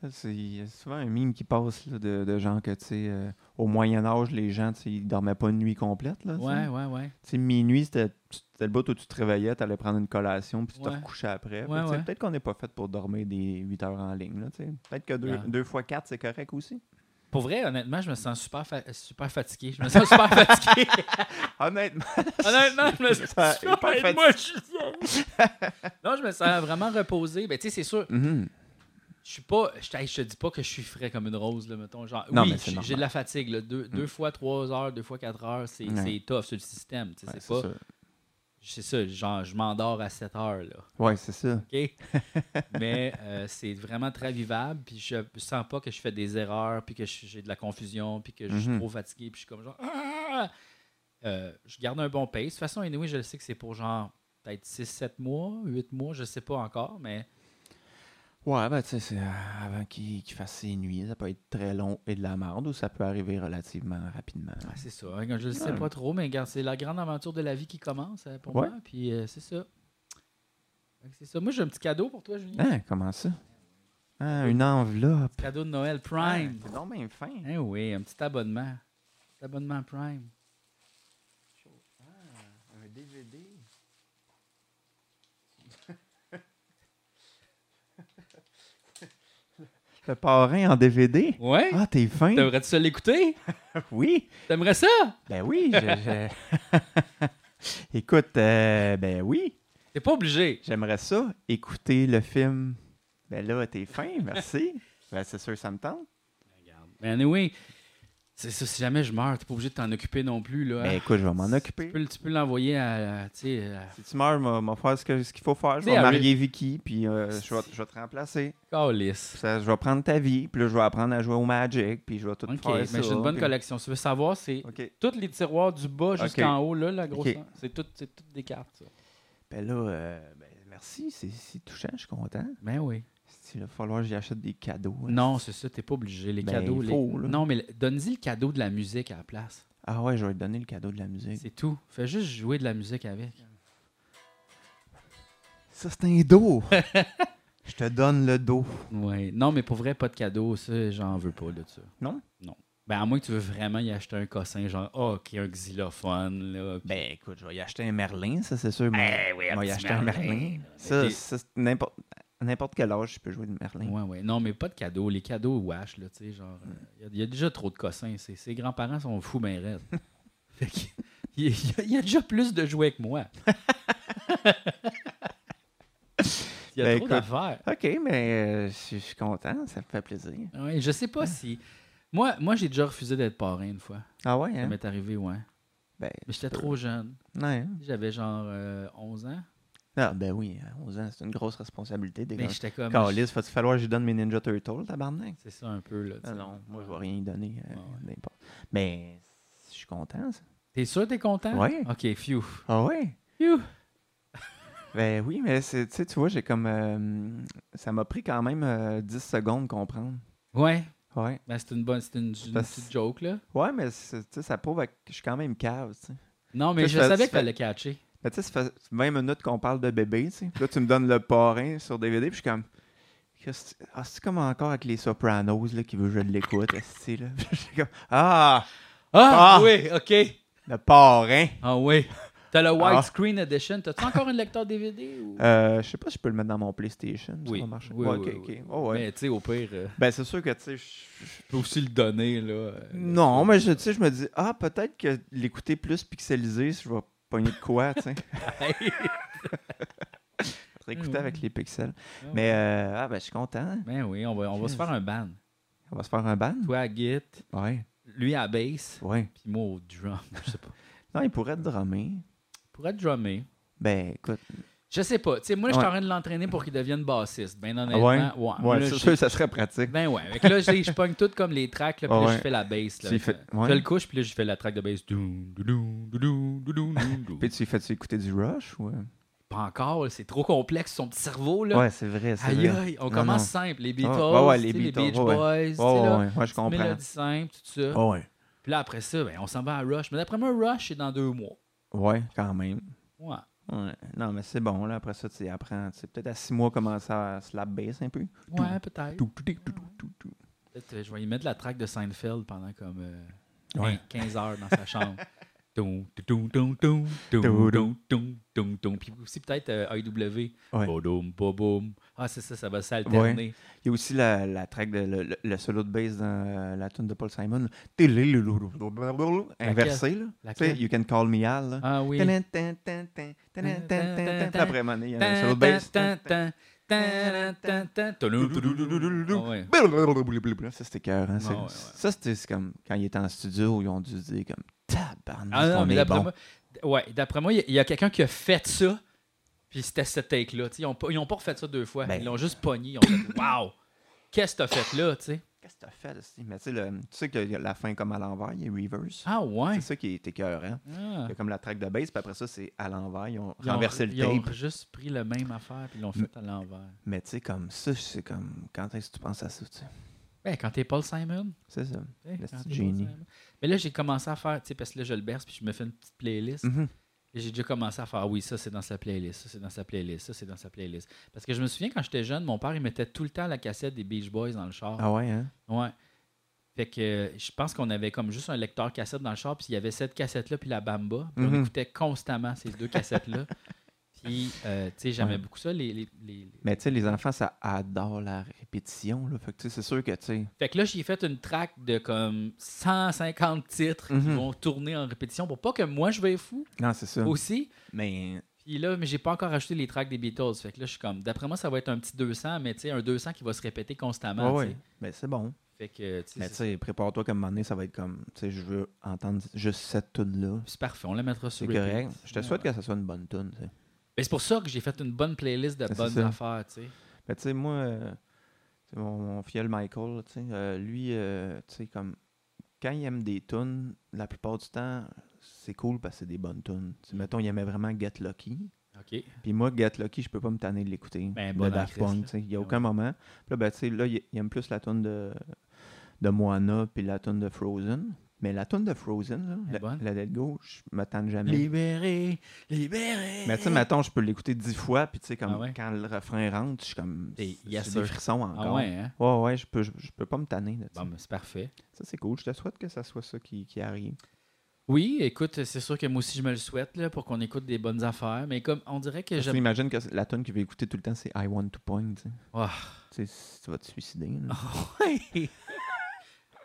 ça, c'est il y a souvent un mime qui passe là, de, de gens que, tu sais, euh, au Moyen-Âge, les gens, tu sais, ils dormaient pas une nuit complète. Là, tu sais. Ouais, ouais, ouais. Tu sais, minuit, c'était c'était le bout où tu te réveillais, tu allais prendre une collation, puis tu Ouais. te recouchais après. Puis, Ouais, tu sais, ouais. Peut-être qu'on n'est pas fait pour dormir des 8 heures en ligne. là, tu sais. Peut-être que 2 Ouais. fois 4, c'est correct aussi. Pour vrai, honnêtement, je me sens super, fa- super fatigué. Je me sens super fatigué. Honnêtement, honnêtement, je me sens Ça, il est super pas fatigué. Moi, je suis ça. Non, je me sens vraiment reposé. Ben, tu sais, c'est sûr, Mhm. je suis pas. Je, te- hey, je te dis pas que je suis frais comme une rose, là, mettons. Genre, Non, oui, mais c'est j'ai- normal. j'ai de la fatigue. là. Deux, deux fois trois heures, deux fois quatre heures, c'est Mm. Ouais. c'est tough sur le système. tu sais, Ouais, c'est pas. ça. C'est ça, genre, je m'endors à 7 heures, là. Ouais, c'est ça. OK? Mais euh, c'est vraiment très vivable. Puis je sens pas que je fais des erreurs, puis que je- j'ai de la confusion, puis que je suis Mhm. trop fatigué, puis je suis comme genre. Ah! Euh, je garde un bon pace. De toute façon, anyway, je le sais que c'est pour genre peut-être 6-7 mois, 8 mois, je sais pas encore, mais Ouais, ben, tu sais, c'est, euh, avant qu'il qu'il fasse ses nuits, ça peut être très long et de la merde, ou ça peut arriver relativement rapidement. ah, c'est ça. hein, Je le sais pas trop, mais regarde, c'est la grande aventure de la vie qui commence euh, pour Ouais. moi. Puis euh, c'est ça. Fait que C'est ça. Moi, j'ai un petit cadeau pour toi, Julien. Un Hein, comment ça? Hein, une enveloppe. petit cadeau de Noël Hein, Prime. C'est donc bien fin. Eh oui, un petit abonnement. Un petit abonnement Prime. Un DVD. Le parrain en DVD? Ouais. Ah, t'es fin? T'aimerais-tu ça l'écouter? Oui. T'aimerais ça? Ben oui. je- je- Écoute, euh, ben oui, T'es pas obligé. j'aimerais ça. Écouter le film. Ben là, t'es fin, merci. Ben c'est sûr, ça me tente. Mais Ben, anyway, c'est ça, si jamais je meurs, t'es pas obligé de t'en occuper non plus. Là. Ben écoute, je vais m'en Tu occuper. peux, tu peux l'envoyer à, à- tu sais, à- Si tu meurs, je vais faire ce que- ce qu'il faut faire. Je Tu sais, vais Harry- marier Vicky, puis euh, je vais je vais te remplacer. Calice. Puis ça, je vais prendre ta vie, puis là, je vais apprendre à jouer au Magic, puis je vais tout Ok, faire ça. mais j'ai une bonne puis- collection. Si tu veux savoir, c'est OK. tous les tiroirs du bas jusqu'en haut, là, la grosse. Ok. C'est tout- c'est toutes des cartes. ça. Ben là, euh, ben, merci, c'est- c'est touchant, je suis content. Ben oui. Il va falloir que j'achète des cadeaux. hein. Non, c'est ça, t'es pas obligé. Les Ben, cadeaux. il les- faut, là. Non, mais le- donne-y le cadeau de la musique à la place. Ah ouais, je vais te donner le cadeau de la musique. C'est tout. Fais juste jouer de la musique avec. Ça, c'est un dos. je te donne le dos. Ouais. Non, mais pour vrai, pas de cadeau, ça, j'en veux pas là, de ça. Non? Non. Ben, à moins que tu veux vraiment y acheter un cossin, genre, oh, ok, un xylophone, là. puis- Ben écoute, je vais y acheter un Merlin, ça, c'est sûr. Eh oui, un je vais y petit acheter un Merlin. Merlin. T'es- Ça, ça, c'est n'importe à n'importe quel âge, je peux jouer du Merlin. Ouais, ouais. Non, mais pas de cadeau. Les cadeaux, wesh, là, tu sais, genre, il y, a déjà trop de cossins. Ses, ses grands-parents sont fous, ben raides. fait que, il y, a- il y a déjà plus de jouets que moi. Il y a Ben, trop écoute. d'affaires. OK, mais euh, je je suis content, ça me fait plaisir. Ouais, je sais pas si. Moi, moi j'ai déjà refusé d'être parrain une fois. Ah ouais, Ça hein? m'est arrivé, ouais. Ben, Mais j'étais Peu. trop jeune. ouais. hein? J'avais genre euh, 11 ans. Ah, ben oui, à 11 ans, c'est une grosse responsabilité. Des Mais gars. j'étais comme. Calice, va-tu falloir que je lui donne mes Ninja Turtles, tabarnak? C'est ça un peu, là. tu Ah sais. non, moi, je vais rien y donner. euh, Ah ouais. n'importe. Mais je suis content, ça. T'es sûr que t'es content? Ouais. Ok, phew. Ah ouais? Phew. Ben oui, mais c'est- tu sais, tu vois, j'ai comme... euh, ça m'a pris quand même euh, 10 secondes de comprendre. Ouais. Ouais. Ben, c'est une bonne. C'est une, une Parce- petite joke, là. Ouais, mais c'est- tu sais, ça prouve que je suis quand même cave, tu sais. Non, mais Tu sais, je ça- savais tu qu'il fallait catcher. Mais tu sais, ça fait 20 minutes qu'on parle de bébé, tu sais. Puis là, tu me donnes le parrain sur DVD, puis je suis comme... Qu'est-ce que- Ah, c'est comme encore avec les Sopranos, là, qui veut que je l'écoute, esti, là. Je suis comme... Ah! Ah, Ah! oui, ok. Le parrain! Ah oui. T'as le Ah. widescreen edition. T'as-tu encore un lecteur DVD? Ou... Euh, je sais pas si je peux le mettre dans mon PlayStation. Oui. Ça va marcher. Oui, Ouais, oui, ok, oui. ok. Oh, ouais. Mais tu sais, au pire, euh, Ben, c'est sûr que, tu sais, je- je- tu peux aussi le donner, là. euh, Non, le- mais je, tu sais, je me dis, ah, peut-être que l'écouter plus pixelisé, je vais pogner de quoi, tu sais. Écouter avec les pixels. Ah ouais. Mais, euh, ah, ben, je suis content. Ben oui, on va, on va se faire un ban. On va se faire un ban. Toi à Git, Ouais, lui à bass, ouais. puis moi au drum. Je sais pas. Non, il pourrait te drummer. Pour être drummer. Ben, écoute. Je sais pas. Tu sais, moi, je suis Ouais. Ah en train de l'entraîner pour qu'il devienne bassiste. Ben honnêtement, Ouais. ouais. Moi, Ouais, là, c'est j'ai- sûr, ça serait pratique. Ben ouais. Fait que là, j'ai- je pogne tout comme les tracks, là, puis là, Ouais. je fais la bass. Là, Tu avec fais- la- ouais. Je le couche, puis là, je fais la track de bass. Doum, doum, doum, doum, doum, doum, doum, doum. Puis, tu fais-tu écouter du Rush ou. euh? Pas pas encore. C'est trop complexe, son petit cerveau. Là. Ouais, c'est vrai. c'est aïe, vrai. aïe, on Non, commence non. simple. Les Beatles, Ouais, ouais, ouais, les tu sais, les, Beatles, Beach ouais, ouais. Boys, tu sais, Ouais, ouais, là, ouais, ouais, je petite comprends. mélodie simple, tout ça. Ouais, ouais. Puis là, après ça, ben, on s'en va à Rush. Mais d'après moi, Rush, c'est dans deux mois. Ouais, quand même. Ouais. Ouais. Non, mais c'est bon, là. Après ça, tu apprends. Tu sais, peut-être à six mois, commencer à slap bass un peu. Ouais, peut-être. Tout, tout, tout, tout, tout, tout. Peut-être, euh, je vais y mettre la track de Seinfeld pendant comme euh, Ouais. 15 heures dans sa chambre. Toum, toum, toum, toum, toum, toum, toum, toum, toum, toum. Puis aussi peut-être euh, AEW. Ouais. Bodoum, boboum. Ah, c'est ça, ça va s'alterner. Il y a aussi la, la track de le, le- le solo de bass dans euh, la tune de Paul Simon. là. Télélouloulou. Inversé, là. Tu Laquelle? sais, You Can Call Me Al. là. Ah oui. Tanan, tan, tan, tan, tanan, tan, tan, tan. Puis Après, à un moment donné, il y a un solo de bass. Ah ouais. Blablabla. Ça, c'était cœur. Ah, ouais, ouais. Ça, c'était c'est comme quand il était en studio, ils ont dû se dire comme tabarnak. Ah non, on mais est d'après bon. moi, ouais, d'après moi, il y a- il y a, quelqu'un qui a fait ça, puis c'était cette take-là. tu sais. Ils n'ont pas, ils ont pas refait ça deux fois. Ben. Ils l'ont juste pogné. Ils ont fait Wow! Qu'est-ce que t'as fait là, tu sais? Qu'est-ce que t'as fait, là, Steve? Mais tu sais, le- tu sais que la fin comme à l'envers, il est reverse. Ah ouais! C'est ça qui est écœurant. Ah. Il y a comme la track de bass, puis après ça, c'est à l'envers. Ils ont Ils ont- renversé le ils ont tape. juste pris la même affaire puis ils l'ont fait à l'envers. Mais tu sais, comme ça, c'est comme quand est-ce que tu penses à ça, tu sais? Ben, quand t'es Paul Simon. C'est ça. tu sais, Le quand petit t'es Paul génie. Simon. Mais là, j'ai commencé à faire, tu sais, parce que là, je le berce puis je me fais une petite playlist. Mhm. Et j'ai déjà commencé à faire Ah oui, ça c'est dans sa playlist, ça c'est dans sa playlist, ça c'est dans sa playlist. Parce que je me souviens quand j'étais jeune, mon père il mettait tout le temps la cassette des Beach Boys dans le char. Ah ouais, hein? Ouais. Fait que euh, je pense qu'on avait comme juste un lecteur cassette dans le char, puis il y avait cette cassette-là, puis la Bamba. Puis on Mhm. écoutait constamment ces deux cassettes-là. puis, euh, tu sais, j'aimais Ouais. beaucoup ça. Les, les- les- les- Mais tu sais, les enfants, ça adore la répétition, là. Fait que tu sais, c'est sûr que tu sais. Fait que là, j'ai fait une track de comme 150 titres qui Mhm. vont tourner en répétition pour pas que moi je vais fou Non, c'est ça. aussi. Mais Puis là, mais j'ai pas encore ajouté les tracks des Beatles. Fait que là, je suis comme, d'après moi, ça va être un petit 200, mais tu sais, un 200 qui va se répéter constamment. Ouais, tu ouais. sais. Mais c'est bon. Fait que, tu sais, Mais tu c'est- sais, prépare-toi comme un moment donné, ça va être comme, tu sais, je veux entendre juste cette tune-là. c'est parfait, on la mettra sur repeat. C'est correct. Je te Ouais, souhaite ouais. que ça soit une bonne tune, tu sais. Mais c'est pour ça que j'ai fait une bonne playlist de Ben, c'est bonnes ça. affaires, tu sais. Mais tu sais, moi, euh, tu sais, mon, mon fiel Michael, tu sais, euh, lui, euh, tu sais, comme, quand il aime des tunes, la plupart du temps, c'est cool parce que c'est des bonnes tunes. Tu sais, mettons, il aimait vraiment Get Lucky. OK. Puis moi, Get Lucky, je peux pas me tanner de l'écouter. Ben, de bonne en Daft Christ, là. Punk, tu sais. Il y a Ben aucun moment. Puis là, ben, tu sais, là, il, il aime plus la tune de, de Moana puis la tune de Frozen. Mais la tune de Frozen, là, Elle est la- bonne. la, Let Go, je me tanne jamais. Libéré, libéré. Mais tu sais, mettons, je peux l'écouter dix fois, puis tu sais, comme Ah ouais? quand le refrain rentre, je suis comme. Et c'est yes, c'est sir. des frissons Ah encore. ouais. ouais, hein? ouais, je peux, je, je peux pas me tanner de ça. Bon, ben, c'est parfait. Ça, c'est cool. Je te souhaite que ça soit ça qui, qui arrive. Oui, écoute, c'est sûr que moi aussi, je me le souhaite, là, pour qu'on écoute des bonnes affaires. Mais comme, on dirait que Parce que j'aime... Imagine que la tune qu'il va écouter tout le temps, c'est I Want to Point. Tu sais. Oh. Tu sais, tu vas te suicider. là.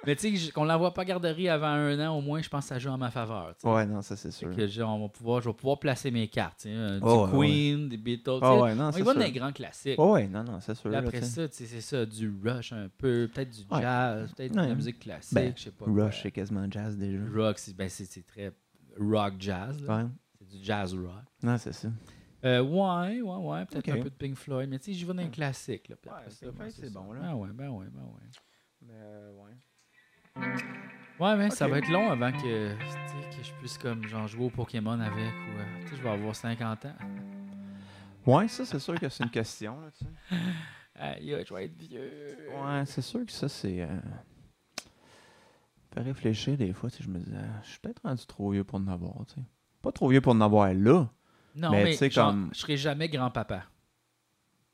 Mais tu sais, je- qu'on l'envoie pas à garderie avant un an, au moins, je pense que ça joue en ma faveur, tu sais. Ouais, non, ça, c'est sûr. Fait que genre, on va pouvoir, je vais pouvoir placer mes cartes. tu sais, euh, Du Oh, ouais, Queen, des Beatles. tu sais. Ah ouais, non, on y c'est va sûr. dans les grands classiques. Ouais, ouais, non, non, c'est sûr. Puis là, après tu sais. ça, tu sais, c'est ça, du rush un peu, peut-être du Ouais. jazz, peut-être de la Ouais. musique classique, Ben, je sais pas. quoi. Rush, c'est quasiment jazz déjà. Rock, c'est ben, c'est- c'est très rock jazz. là. Ouais. C'est du jazz rock. Non, c'est ça. Euh, ouais, ouais, ouais, peut-être Ok. un peu de Pink Floyd, mais tu sais, j'y vais dans les classiques. Là, puis Ouais, après ça, Pink ben, Floyd, c'est ça. bon, là. Ben ouais, ben ouais, ben ouais. Mais ouais. Ouais, mais ça Ok. va être long avant que, tu sais, que je puisse comme genre jouer au Pokémon avec ou euh, tu sais, je vais avoir 50 ans. Ouais, ça, c'est sûr que c'est une question. Là, tu sais. Aïe, aïe, je vais être vieux. Ouais, c'est sûr que ça, c'est. Euh... Fait réfléchir des fois, tu sais, je me disais, je suis peut-être rendu trop vieux pour en avoir, tu sais. Pas trop vieux pour en avoir là, Non, Mais mais, tu sais, genre, comme- je serai jamais grand-papa.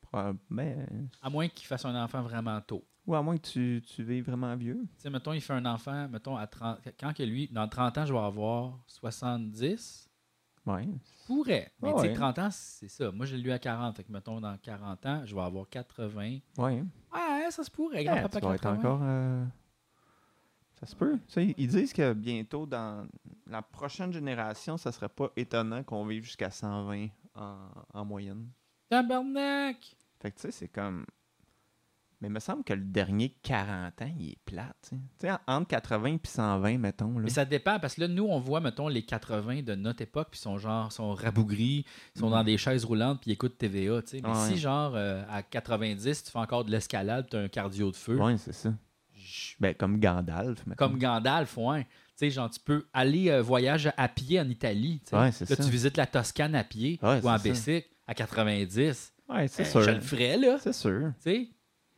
proba- mais. À moins qu'il fasse un enfant vraiment tôt. Ou à moins que tu, tu vives vraiment vieux. Tu sais, mettons, il fait un enfant, mettons, à 30, quand que lui, dans 30 ans, je vais avoir 70, Ouais. pourrait. Mais Ah tu sais, ouais. 30 ans, c'est ça. Moi, je l'ai lu à 40. Fait que, mettons, dans 40 ans, je vais avoir 80. Ouais. Ouais, ça se pourrait. Ouais, Grand-papa Eh, tu vas être 80. encore. euh, Ça se peut. Tu sais, ils disent que bientôt, dans la prochaine génération, ça serait pas étonnant qu'on vive jusqu'à 120 en, en moyenne. Tabarnak! Fait que tu sais, c'est comme. Mais il me semble que le dernier 40 ans, il est plat. Tu sais. Tu sais, en- entre 80 et 120, mettons. Là. Mais ça dépend, parce que là, nous, on voit, mettons, les 80 de notre époque, puis ils sont genre, sont rabougris, ils sont dans des chaises roulantes, puis ils écoutent TVA, tu sais. Mais Mm. Ouais. si, genre, euh, à 90, tu fais encore de l'escalade, tu as un cardio de feu, Ouais, c'est ça. je- Ben, comme Gandalf. mettons. comme Gandalf, ouais. Tu sais, genre, tu peux aller euh, voyage à pied en Italie. tu sais. Ouais, c'est là, ça. tu visites la Toscane à pied Ouais, ou en c'est ça. bicycle. à 90, Ouais, c'est ben, sûr. je le ferais, là. C'est sûr. Tu sais?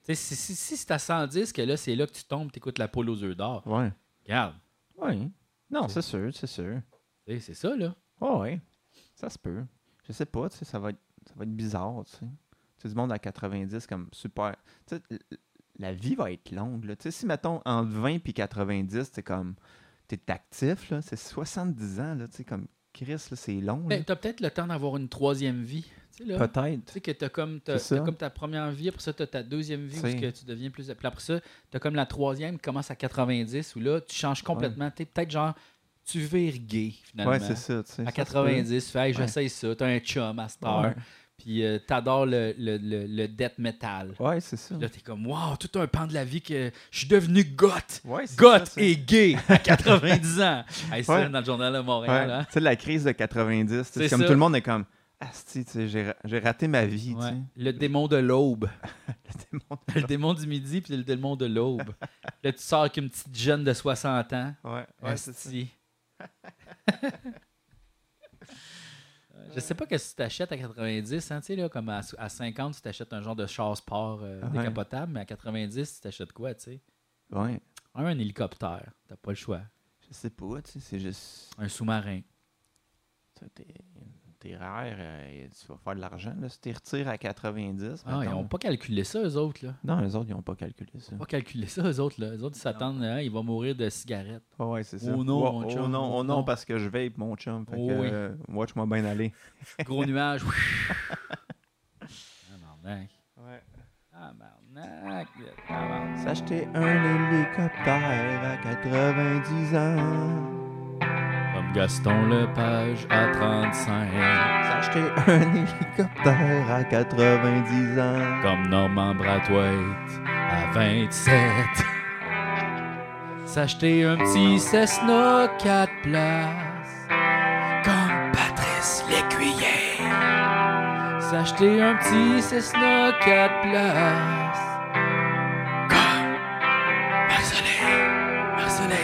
Tu sais, si, si, si c'est à 110 que là, c'est là que tu tombes, tu écoutes la poule aux œufs d'or. Ouais. Regarde, Ouais. Non, C'est- c'est sûr, c'est sûr. tu sais, c'est ça, là. Ouais, Ah ouais. Ça se peut. Je sais pas, tu sais, ça va être, ça va être bizarre, tu sais. Tu sais, du monde à 90 comme super. Tu sais, l- la vie va être longue, là. Tu sais, si mettons entre 20 puis 90, c'est comme. T'es actif, là. C'est 70 ans, là. Tu sais, comme Chris, là, c'est long, là. Ben, t'as peut-être le temps d'avoir une troisième vie. Tu sais, là. Tu Peut-être. sais que t'as comme, t'as- C'est t'as ça. comme ta première vie, après ça, t'as ta deuxième vie où ce C'est- que tu deviens plus. Puis après ça, t'as comme la troisième qui commence à 90 où là, tu changes complètement. T'es peut-être genre, tu vires gay finalement. Ouais, c'est ça, tu sais. À ça se 90, tu fais, Hey, j'essaye ça, t'as un chum à cette peut. heure. Ouais. Puis euh, t'adores le, le, le, le death metal. Ouais, c'est ça. Puis Là, t'es comme, wow, tout un pan de la vie que je suis devenu goth. Ouais, c'est ça, Goth c'est- et gay à 90 ans. Hey, ça, Ouais. dans le journal de Ouais. Montréal. hein. Tu sais, la crise de 90, tu sais, C'est c'est comme ça. tout le monde est comme Asti, tu sais, j'ai ra- j'ai raté ma vie, Ouais. Le démon de l'aube. tu sais. Le démon- le démon du midi puis le démon de l'aube. Là, tu sors avec une petite jeune de 60 ans. Ouais, ouais, c'est ça. Asti. Je sais pas que si tu t'achètes à 90, hein, tu sais, là, comme à, à 50, tu t'achètes un genre de char sport euh, Ouais. décapotable, mais à 90, tu t'achètes quoi, tu sais? Ouais, Un, un hélicoptère, t'as pas le choix. je sais pas, tu sais, c'est juste. Un sous-marin. tu sais, T'es t'es rare, euh, et tu vas faire de l'argent, là, si t'es retires à 90. Ah, ils mettons. ont pas calculé ça, eux autres, là. Non, les autres, ils ont pas calculé ça. Pas calculé ça, eux autres, là. Eux autres, ils s'attendent, hein, il va mourir de cigarette. Ouais, ouais, c'est ça. Oh non, Ouais, mon oh chum, non, oh oh non, non. parce que je vape mon chum. Fait Oh que, oui. euh, watch-moi bien aller. Gros nuage. ah, marnac. Ouais. Ah, marnac. Ah, marnac. S'acheter un hélicoptère à 90 ans. Comme Gaston Lepage à 35. S'acheter un hélicoptère à 90 ans. Comme Norman Brathwaite à 27. S'acheter un petit Cessna 4 places. Comme Patrice Lécuyer. S'acheter un petit Cessna 4 places. Comme Marcelin. Marcelin.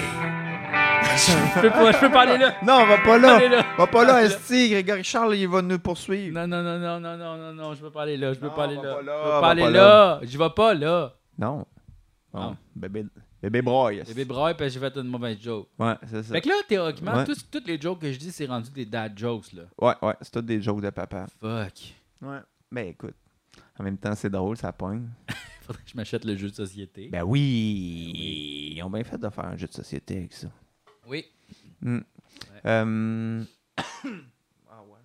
je peux pas, je peux pas aller là. Non, on va Je peux pas pas là. aller là. On va pas là, Allez, là. Esti. Grégory Charles, il va nous poursuivre. Non, non, non, non, non, non, non, non, je veux pas aller là, je veux Non, pas aller on là. va pas là, Je veux on pas va aller pas là, je vais pas là. Non. Non. Bon, Bébé, bébé broye. esti. Bébé braille parce que j'ai fait une mauvaise joke. Ouais, c'est ça. Fait que là, théoriquement, Ouais. tous- toutes les jokes que je dis, c'est rendu des dad jokes, là. Ouais, ouais, c'est tout des jokes de papa. Fuck. Ouais. Ben écoute, en même temps, c'est drôle, ça pogne. Faudrait que je m'achète le jeu de société. Ben oui, ils ont bien fait de faire un jeu de société avec ça. Oui. Hmm. Euh, ah ouais.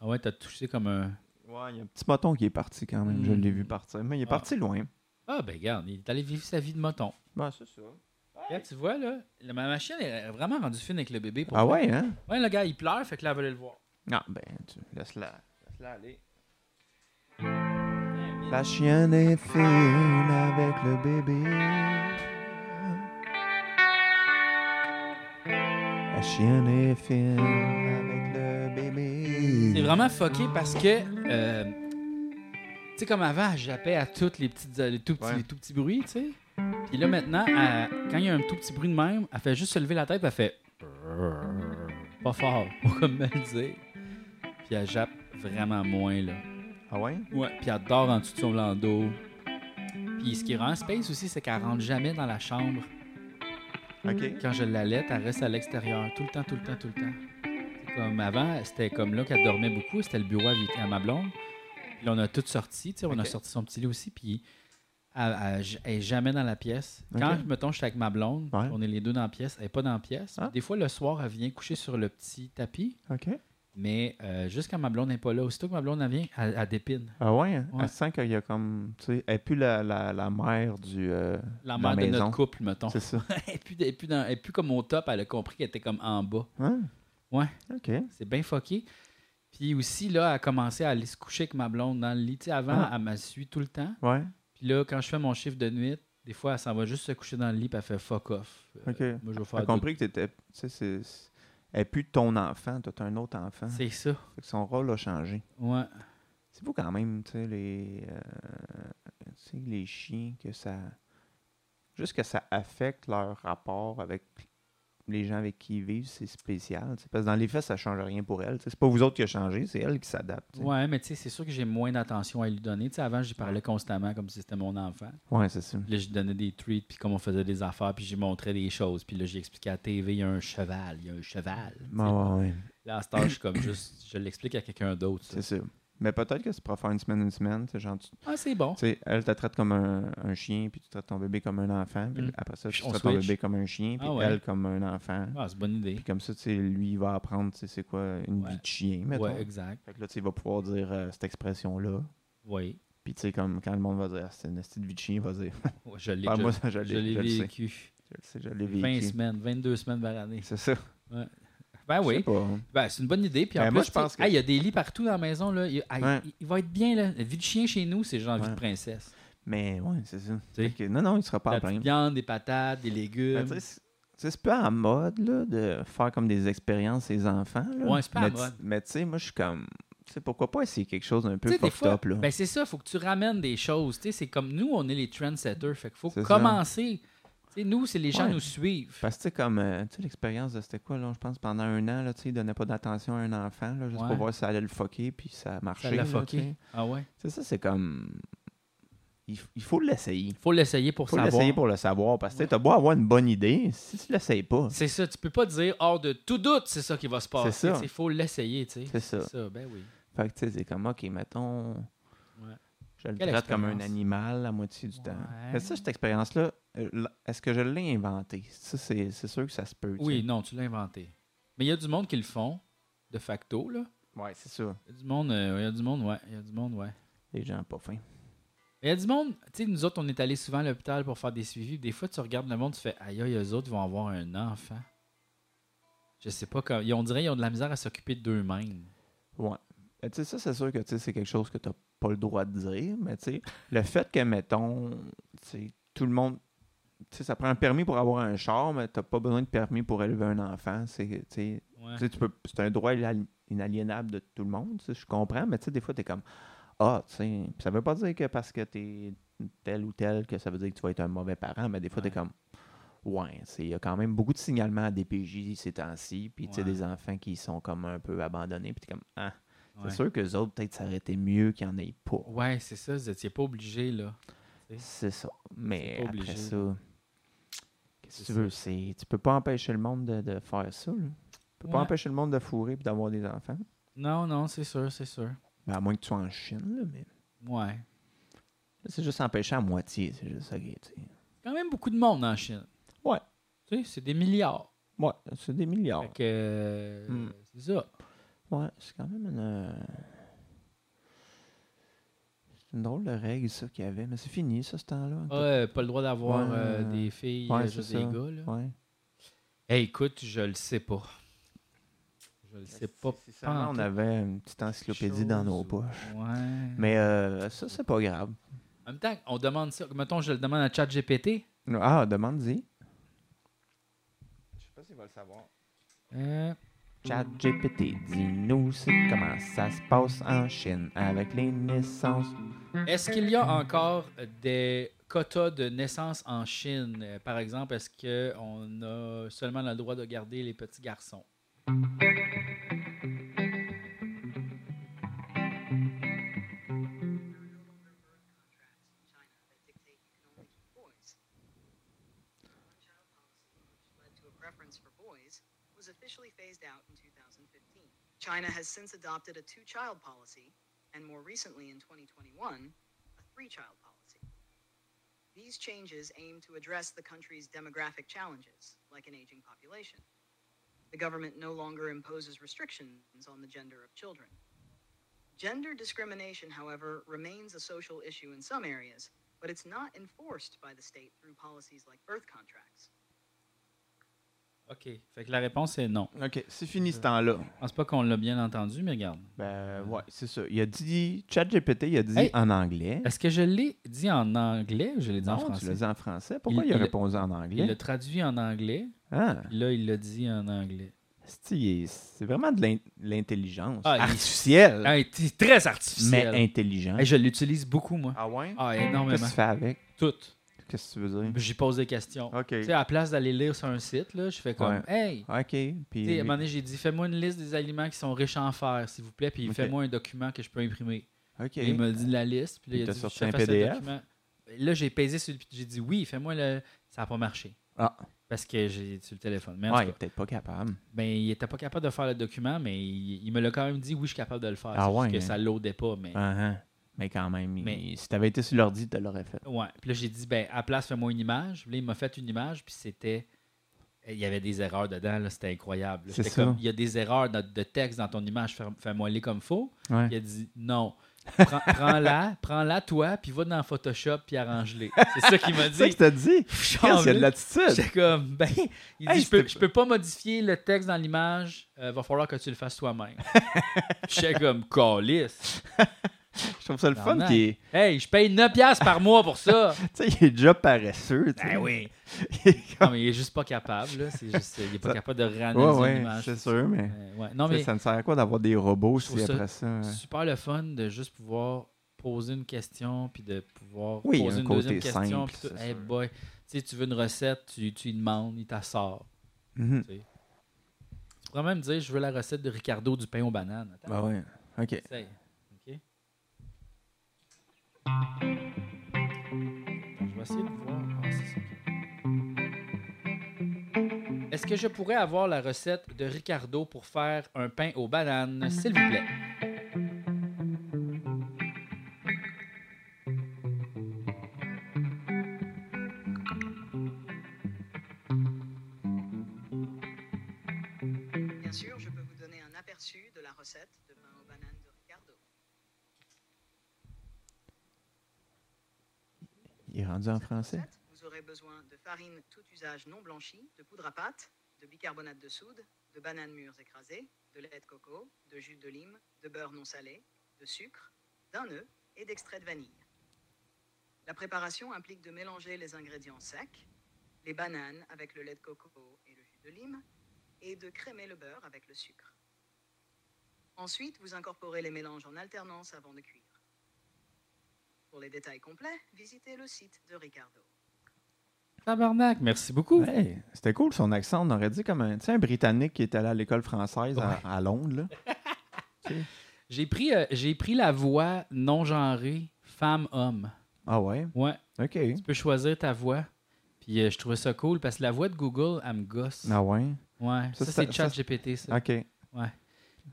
Ah ouais, t'as touché comme un... Ouais, il y a un petit moton qui est parti quand même. Je Hmm. l'ai vu partir, mais il est Ah. parti loin. Ah ben regarde, il est allé vivre sa vie de moton. Ouais, c'est ça. Regarde, tu vois, là, la- ma machine est vraiment rendue fine avec le bébé. Pour Ah vrai. ouais, hein? Ouais, le gars, il pleure, fait que là, elle voulait le voir. Ah ben, tu laisse-la. Laisse-la aller. Eh, La chienne est fine avec le bébé. La chienne est fine. Avec le C'est bébé. vraiment fucké parce que, euh, tu sais, comme avant, j'appelais à toutes les petites, les tout petits, Ouais. les tout petits bruits, tu sais. Puis là, maintenant, elle- quand il y a un tout petit bruit de même, elle fait juste se lever la tête, elle fait pas fort, comme elle dit. Puis elle jappe vraiment moins, là. Ah ouais? Ouais. Puis elle dort en dessous de son landau. Puis ce qui rend space aussi, c'est qu'elle rentre jamais dans la chambre. Ok. Quand je l'allaite, elle reste à l'extérieur, tout le temps, tout le temps, tout le temps. C'est Comme avant, c'était comme là qu'elle dormait beaucoup, c'était le bureau à, Vi- à ma blonde. Puis là, on a tout sorti, tu sais, on a Ok. sorti son petit lit aussi, puis elle, elle- j- elle est jamais dans la pièce. Quand, Ok. mettons, je suis avec ma blonde, Ouais. on est les deux dans la pièce, elle n'est pas dans la pièce. Ah. Des fois, le soir, elle vient coucher sur le petit tapis, OK. mais euh, juste quand ma blonde n'est pas là, aussitôt que ma blonde elle vient, elle, elle dépine. Ah ouais, hein? Ouais. Elle sent qu'il y a comme. Tu sais, elle n'est plus la, la, la mère du. euh, La de mère de maison. notre couple, mettons. C'est ça. Elle n'est plus, elle est plus dans- elle est plus comme au top, elle a compris qu'elle était comme en bas. Hein? Ouais. OK. C'est bien fucké. Puis aussi, là, elle a commencé à aller se coucher avec ma blonde dans le lit. Tu sais, avant, Ah. elle m'a suit tout le temps. Ouais. Puis là, quand je fais mon chiffre de nuit, des fois, elle s'en va juste se coucher dans le lit et elle fait fuck off. Euh, Moi, OK. je vais Elle a faire d'autres- compris que tu étais. Tu sais, c'est. c'est- Elle n'est plus ton enfant, tu un autre enfant. C'est ça. Fait que son rôle a changé. Ouais. C'est beau quand même, tu sais, les. euh, tu sais, les chiens, que ça. Juste que ça affecte leur rapport avec les gens avec qui ils vivent, c'est spécial. tu sais, Parce que dans les faits, ça ne change rien pour elle. tu sais. C'est pas vous autres qui a changé, c'est elle qui s'adapte. tu sais. Ouais, mais tu sais, c'est sûr que j'ai moins d'attention à lui donner. Tu sais, avant, j'y parlais constamment comme si c'était mon enfant. Ouais, c'est ça. Puis Là, je lui donnais des treats, puis comme on faisait des affaires, puis j'y montrais des choses. Puis là, j'ai expliqué à la TV, il y a un cheval, il y a un cheval. tu sais. Ouais, ouais, ouais. Là, à ce temps, je suis comme juste, je l'explique à quelqu'un d'autre. ça. C'est ça. Mais peut-être que tu pourras faire une semaine, une semaine. tu sais, Genre, tu, tu Ah, c'est bon. sais, elle te traite comme un, un chien, puis tu traites ton bébé comme un enfant. Puis Mm. après ça, tu On traites ton switch. bébé comme un chien, puis Ah ouais. elle comme un enfant. Ah, c'est une bonne idée. Puis comme ça, tu sais, lui, il va apprendre tu sais, c'est quoi une Ouais. vie de chien, mettons. Ouais, exact. Fait que là, tu sais, il va pouvoir dire euh, cette expression-là. Oui, Puis tu sais, comme quand le monde va dire Ah, c'est une petite vie de chien, il va dire Ouais, je l'ai Ah, moi, déjà- ça, je je l'ai l'ai je le sais. vécu. Je le sais, je l'ai 20 vécu. semaines, 22 semaines par année. C'est ça. Ben Je sais oui, pas, hein. ben, c'est une bonne idée. Puis en Ben, plus, moi, je tu sais, pense que- hey, il y a des lits partout dans la maison. Là. Il, hey, Ouais. il- il va être bien. Là. La vie de chien chez nous, c'est genre vie de Ouais. princesse. Mais ouais, c'est ça. sais. Fait que non, non, il sera pas la à plaindre. petite viande, des patates, des légumes. Ben, tu sais, c'est- tu sais, c'est pas en mode là, de faire comme des expériences ses enfants. Là. Ouais, c'est pas mais en tu- mode. Mais tu sais, moi, je suis comme. Tu sais, pourquoi pas essayer quelque chose d'un peu Tu sais, des fucked fois, up, là. Ben c'est ça, faut que tu ramènes des choses. Tu sais, C'est comme nous, on est les trendsetters. Fait qu'il faut C'est ça. commencer. Tu sais, nous, c'est les gens Ouais. nous suivent. Parce que, tu sais, comme, euh, tu sais, l'expérience de c'était quoi, là, je pense, pendant un an, là, tu sais, il donnait pas d'attention à un enfant, là, juste Ouais. pour voir si ça allait le fucker, puis ça marchait. Ça l'a là, tu fucké. sais. Ah ouais. Tu sais, ça, c'est comme. Il, f- il faut l'essayer. Faut l'essayer pour faut savoir. l'essayer pour le savoir, parce que, tu sais, t'as beau avoir une bonne idée, si tu l'essayes pas, C'est ça, tu peux pas dire hors de tout doute, c'est ça qui va se passer. C'est ça. Il faut l'essayer, tu sais. c'est ça. ben oui. Fait que, tu sais, c'est comme, OK, mettons. Ouais. Je le Quelle traite comme un expérience? animal la moitié du temps. Mais Ouais. ça, cette expérience-là, euh, l- est-ce que je l'ai inventée? Ça, c'est c'est sûr que ça se peut. tu Oui, non, tu l'as inventé. Mais il y a du monde qui le font, de facto, là. sais. Ouais, c'est ça. Il y a du monde, euh, il y a du monde, ouais. Il y a du monde, ouais. Les gens pas fins. Mais Il y a du monde, tu sais, nous autres, on est allés souvent à l'hôpital pour faire des suivis. Des fois, tu regardes le monde, tu fais aïe, aïe, eux autres, ils vont avoir un enfant. Je sais pas, comme, ils- on dirait qu'ils ont de la misère à s'occuper d'eux-mêmes. Ouais. Euh, tu sais, ça, c'est sûr que tu sais, c'est quelque chose que tu n'as pas le droit de dire, mais tu sais, le fait que, mettons, tu sais, tout le monde. Tu sais, ça prend un permis pour avoir un char, mais tu n'as pas besoin de permis pour élever un enfant. C'est tu sais, Ouais. tu sais, tu peux- c'est un droit inali- inaliénable de tout le monde, tu sais, je comprends, mais tu sais, des fois, tu es comme Ah, tu sais, Puis ça veut pas dire que parce que tu es tel ou tel que ça veut dire que tu vas être un mauvais parent, mais des fois, tu es Ouais. comme Ouais, tu sais, il y a quand même beaucoup de signalements à DPJ ces temps-ci, puis tu sais, Ouais. des enfants qui sont comme un peu abandonnés, puis tu comme Ah, Ouais. c'est sûr que les autres, peut-être, ça aurait été mieux qu'il n'y en ait pas. Ouais, c'est ça, vous étiez pas obligés, là. C'est ça. Mais pas obligé. après ça, qu'est-ce C'est que tu ça. veux? C'est- Tu peux pas empêcher le monde de, de faire ça, là. Tu peux pas Ouais. empêcher le monde de fourrer et d'avoir des enfants. Non, non, c'est sûr, c'est sûr. Ben, à moins que tu sois en Chine, là, mais là, Ouais. c'est juste empêcher à moitié, c'est juste ça qui est. tu sais. quand même beaucoup de monde en Chine. Ouais. Tu sais, c'est des milliards. Ouais, c'est des milliards. Fait que, euh, Hmm. c'est ça. Ouais, c'est quand même une. euh, C'est une drôle de règle, ça, qu'il y avait, mais c'est fini, ça, ce temps-là. Ah, euh, pas le droit d'avoir Ouais. euh, des filles, Ouais, euh, c'est juste des ça. gars. Là. Ouais. Hey, écoute, je le sais pas. Je le sais pas. Si seulement on pantoute. avait une petite encyclopédie dans nos Chose, poches. Ouais. Mais euh, ça, c'est pas grave. En même temps, on demande ça. Mettons, je le demande à ChatGPT. Ah, demande-y. Je sais pas s'ils veulent savoir. Euh, Chat GPT, dis-nous c'est comment ça se passe en Chine avec les naissances. Est-ce qu'il y a encore des quotas de naissance en Chine? Euh, Par exemple, est-ce qu'on a seulement le droit de garder les petits garçons? boys. Child policy, which led to a preference for boys, was officially phased out in 2015. China has since adopted a two child policy, and more recently in 2021, a three child policy. These changes aim to address the country's demographic challenges, like an aging population. The government no longer imposes restrictions on the gender of children. Gender discrimination, however, remains a social issue in some areas, but it's not enforced by the state through policies like birth contracts. OK. Fait que la réponse est non. Ok, c'est fini ce temps-là. Je pense pas qu'on l'a bien entendu, mais regarde. Ben ouais, c'est ça. Il a dit Chat GPT, il a dit Euh. Hey. en anglais. Est-ce que je l'ai dit en anglais ou je l'ai dit en Non, tu l'as français? dit en français. Pourquoi Il- il, a il- répondu en Il l'a anglais traduit en anglais, Ah, puis là, il l'a dit en anglais. c'est il- c'est vraiment de l'in- l'intelligence Ah, il- artificielle, Hey, c'est très mais artificiel. intelligente. Hey, je l'utilise beaucoup, moi. Ah ouais Ah, Qu'est-ce que énormément. tu fais avec Tout. Qu'est-ce que tu veux dire? J'y pose des questions. OK. Tu sais, à la place d'aller lire sur un site, là, je fais comme Ouais. Hey! Ah, OK. Tu sais, Puis, à un moment donné, j'ai dit Fais-moi une liste des aliments qui sont riches en fer, s'il vous plaît, puis Ok. fais-moi un document que je peux imprimer. OK. Et il m'a dit la liste, puis là, Il il a t'a dit sorti Je te un fais ce PDF? document. Là, j'ai pesé sur le. J'ai dit Oui, fais-moi le. Ça n'a pas marché. Ah. Parce que j'ai sur le téléphone. Mais en tout Ouais, il est cas, peut-être pas capable. ben, il n'était pas capable de faire le document, mais il, il me l'a quand même dit Oui, je suis capable de le faire. Ah C'est juste ouais, que hein. ça ne l'audait pas. Mais... Ah, ah. Mais quand même, il- Mais- si t'avais été sur l'ordi, tu l'aurais fait. Ouais. Puis là, j'ai dit, ben, à la place, fais-moi une image. Là, il m'a fait une image, puis c'était. eh, Il y avait des erreurs dedans, là, c'était incroyable. là. C'est C'était ça. comme, il y a des erreurs de, de texte dans ton image, fais- fais-moi les comme faux. Ouais. Il a dit, non. Prends- Prends-la, prends-la toi, puis va dans Photoshop, puis arrange-les. C'est ça qu'il m'a C'est ça que dit. t'as dit. Chris, il y a de J'étais l'attitude. comme, ben, il dit, Hey, je, peux, c'était- je peux pas modifier le texte dans l'image, euh, va falloir que tu le fasses toi-même. J'étais comme, calice. Je trouve ça le fun Tabarnak. qu'il est, Hey, je paye 9$ piastres par mois pour ça. tu sais, il est déjà paresseux. tu sais. Ben oui. Il est comme- Non, mais il est juste pas capable. Là. C'est juste, il est pas Ça- capable de réanalyser ouais, ouais, l'image. c'est sûr, mais. Euh, ouais. Non, tu sais, mais Ça ne sert à quoi d'avoir des robots Je trouve si ça- après ça. hein? ouais. super le fun de juste pouvoir poser une question puis de pouvoir Oui, il y a poser un une côté deuxième question. simple, Puis tout. c'est Hey sûr. boy, tu sais, tu veux une recette, tu, tu lui demandes, il t'en sort. Mhm. Tu pourrais même dire, je veux la recette de Ricardo du pain aux bananes. Attends, Ben ouais. OK. essaye. OK? Je vais essayer de voir. Ah, c'est ça. Est-ce que je pourrais avoir la recette de Ricardo pour faire un pain aux bananes, s'il vous plaît? Bien sûr, je peux vous donner un aperçu de la recette de pain aux bananes de Ricardo. Il est rendu en Cette français. recette, vous aurez besoin de farine tout usage non blanchie, de poudre à pâte, de bicarbonate de soude, de bananes mûres écrasées, de lait de coco, de jus de lime, de beurre non salé, de sucre, d'un œuf et d'extrait de vanille. La préparation implique de mélanger les ingrédients secs, les bananes avec le lait de coco et le jus de lime, et de crémer le beurre avec le sucre. Ensuite, vous incorporez les mélanges en alternance avant de cuire. Pour les détails complets, visitez le site de Ricardo. Tabarnak, merci beaucoup. Ouais, c'était cool son accent. On aurait dit comme un, tu sais, un Britannique qui est allé à l'école française à- à, Londres. là. J'ai pris, euh, j'ai pris la voix non genrée femme-homme. Ah ouais? Ouais, OK. tu peux choisir ta voix. Puis euh, je trouvais ça cool parce que la voix de Google, elle me gosse. Ah ouais? Ouais, ça, Ça, c'est ça- ChatGPT, ça. OK.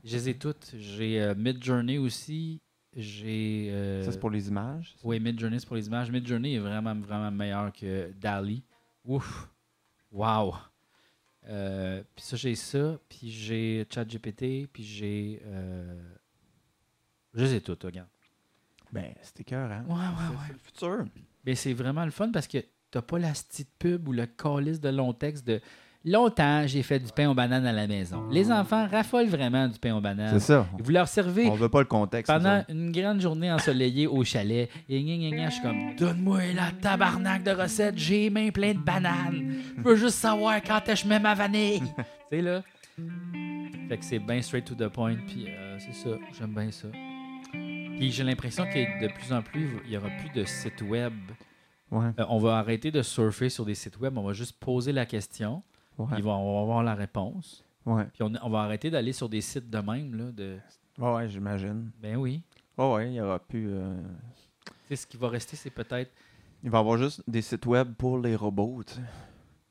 Je les ai toutes. J'ai euh, Midjourney aussi. J'ai. euh, Ça, c'est pour les images? Oui, Midjourney, c'est pour les images. Midjourney est vraiment, vraiment meilleur que Dali. Ouf! Wow! Euh, puis ça, j'ai ça. Puis j'ai ChatGPT. Puis j'ai. euh, Je les ai toutes, regarde. Ben, c'était cœur, hein? Ouais, ouais, C'est ouais. c'est le futur. Mais c'est vraiment le fun parce que t'as pas la petite pub ou le calice de long texte de Longtemps, j'ai fait du pain aux bananes à la maison. Les enfants raffolent vraiment du pain aux bananes. Ah. C'est ça. Vous leur servez On veut pas le contexte. nous pendant autres. une grande journée ensoleillée au chalet. Et gna, gna, gna, je suis comme Donne-moi la tabarnak de recette, j'ai les mains pleines de bananes. Je veux juste savoir quand est-ce que je mets ma vanille. tu sais, là. Fait que c'est bien straight to the point. Puis euh, c'est ça, j'aime bien ça. Puis j'ai l'impression que de plus en plus, il y aura plus de sites web Ouais, euh, on va arrêter de surfer sur des sites web, on va juste poser la question, ouais, ils vont, on va avoir la réponse. ouais. Puis on, on va arrêter d'aller sur des sites de même. Là, de, Ouais, ouais, j'imagine. ben oui. Ouais, ouais, il y aura plus... euh, Tu sais, ce qui va rester, c'est peut-être. Il va y avoir juste des sites web pour les robots, tu sais.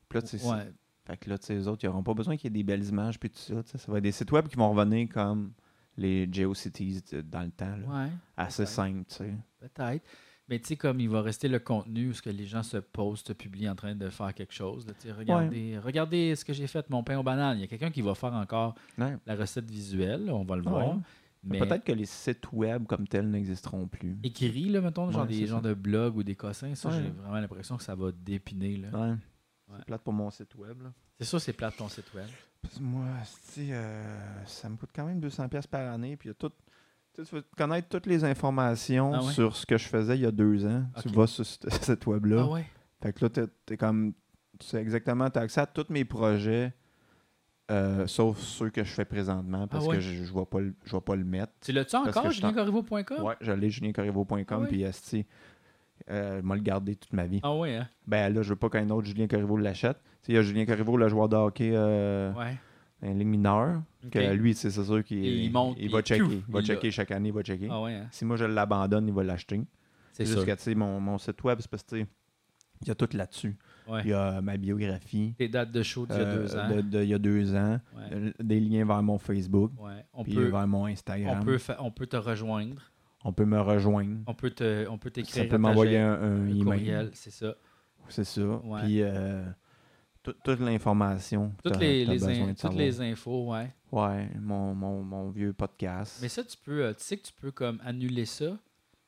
Puis là, tu sais, c'est- Ouais, Fait que là, tu sais, eux autres, ils n'auront pas besoin qu'il y ait des belles images puis tout ça. tu sais. Ça va être des sites web qui vont revenir comme les GeoCities de- dans le temps. là. ouais, Assez peut-être. simple, tu sais. peut-être. Mais tu sais, comme il va rester le contenu, où ce que les gens se postent, publient en train de faire quelque chose. là, tu sais, regardez, regardez ce que j'ai fait, mon pain aux bananes. Il y a quelqu'un qui va faire encore Ouais. la recette visuelle, on va le Ouais. voir. Mais Mais Peut-être que les sites web comme tels n'existeront plus. écrit, là, mettons, genre Ouais, des c'est genres ça. de blogs ou des cossins, ça, Ouais. Ah. j'ai vraiment l'impression que ça va dépiner. Là. Ouais. Ouais. C'est plate pour mon site web. Là. C'est sûr, c'est plate ton site web. Parce que moi, si, euh, ça me coûte quand même 200$ piastres par année. Puis il y a tout. Tu sais, tu veux connaître toutes les informations Ah ouais? sur ce que je faisais il y a deux ans. Ok. Tu vas sur ce site web-là. Ah ouais? Fait que là, t'es, t'es comme. Tu sais exactement, t'as accès à tous mes projets, euh, sauf ceux que je fais présentement, parce Ah ouais. que je, je vois pas le- je vais pas le mettre. Tu l'as-tu Parce que encore, je t'en- juliencorriveau.com? Ouais, j'allais Ah ouais. juliencorrivo.com, puis esti, euh, je vais le garder toute ma vie. Ah ouais, hein? Ben là, je veux pas qu'un autre Julien Corriveau l'achète. Tu sais, il y a Julien Corriveau, le joueur de hockey euh, Ouais. en ligne mineure, que Ok. lui, c'est c'est sûr qu'il Il monte, il va puis checker. piouf, il va il l'a. checker chaque année, il va checker. Ah ouais, hein? Si moi je l'abandonne, il va l'acheter. C'est juste sûr. que, tu sais, mon, mon site web, c'est parce que, tu sais, il y a tout là-dessus. Ouais. Il y a ma biographie. Tes dates de show d'il y a euh, deux ans. de- de- il y a deux ans. Ouais. Euh, Des liens vers mon Facebook, Ouais. On, puis peut, vers mon on, Instagram. peut fa- on peut te rejoindre. On peut me rejoindre. On peut te- on peut t'écrire. Ça peut à ta m'envoyer gêne- un, un un email. courriel, c'est ça. C'est ça. Ouais. Puis euh, tout- toute l'information. que Toutes t'as- les, t'as les in- besoin de toutes les infos, ouais. savoir. Ouais, mon, mon, mon vieux podcast. Mais ça, tu peux, euh, tu sais que tu peux comme annuler ça,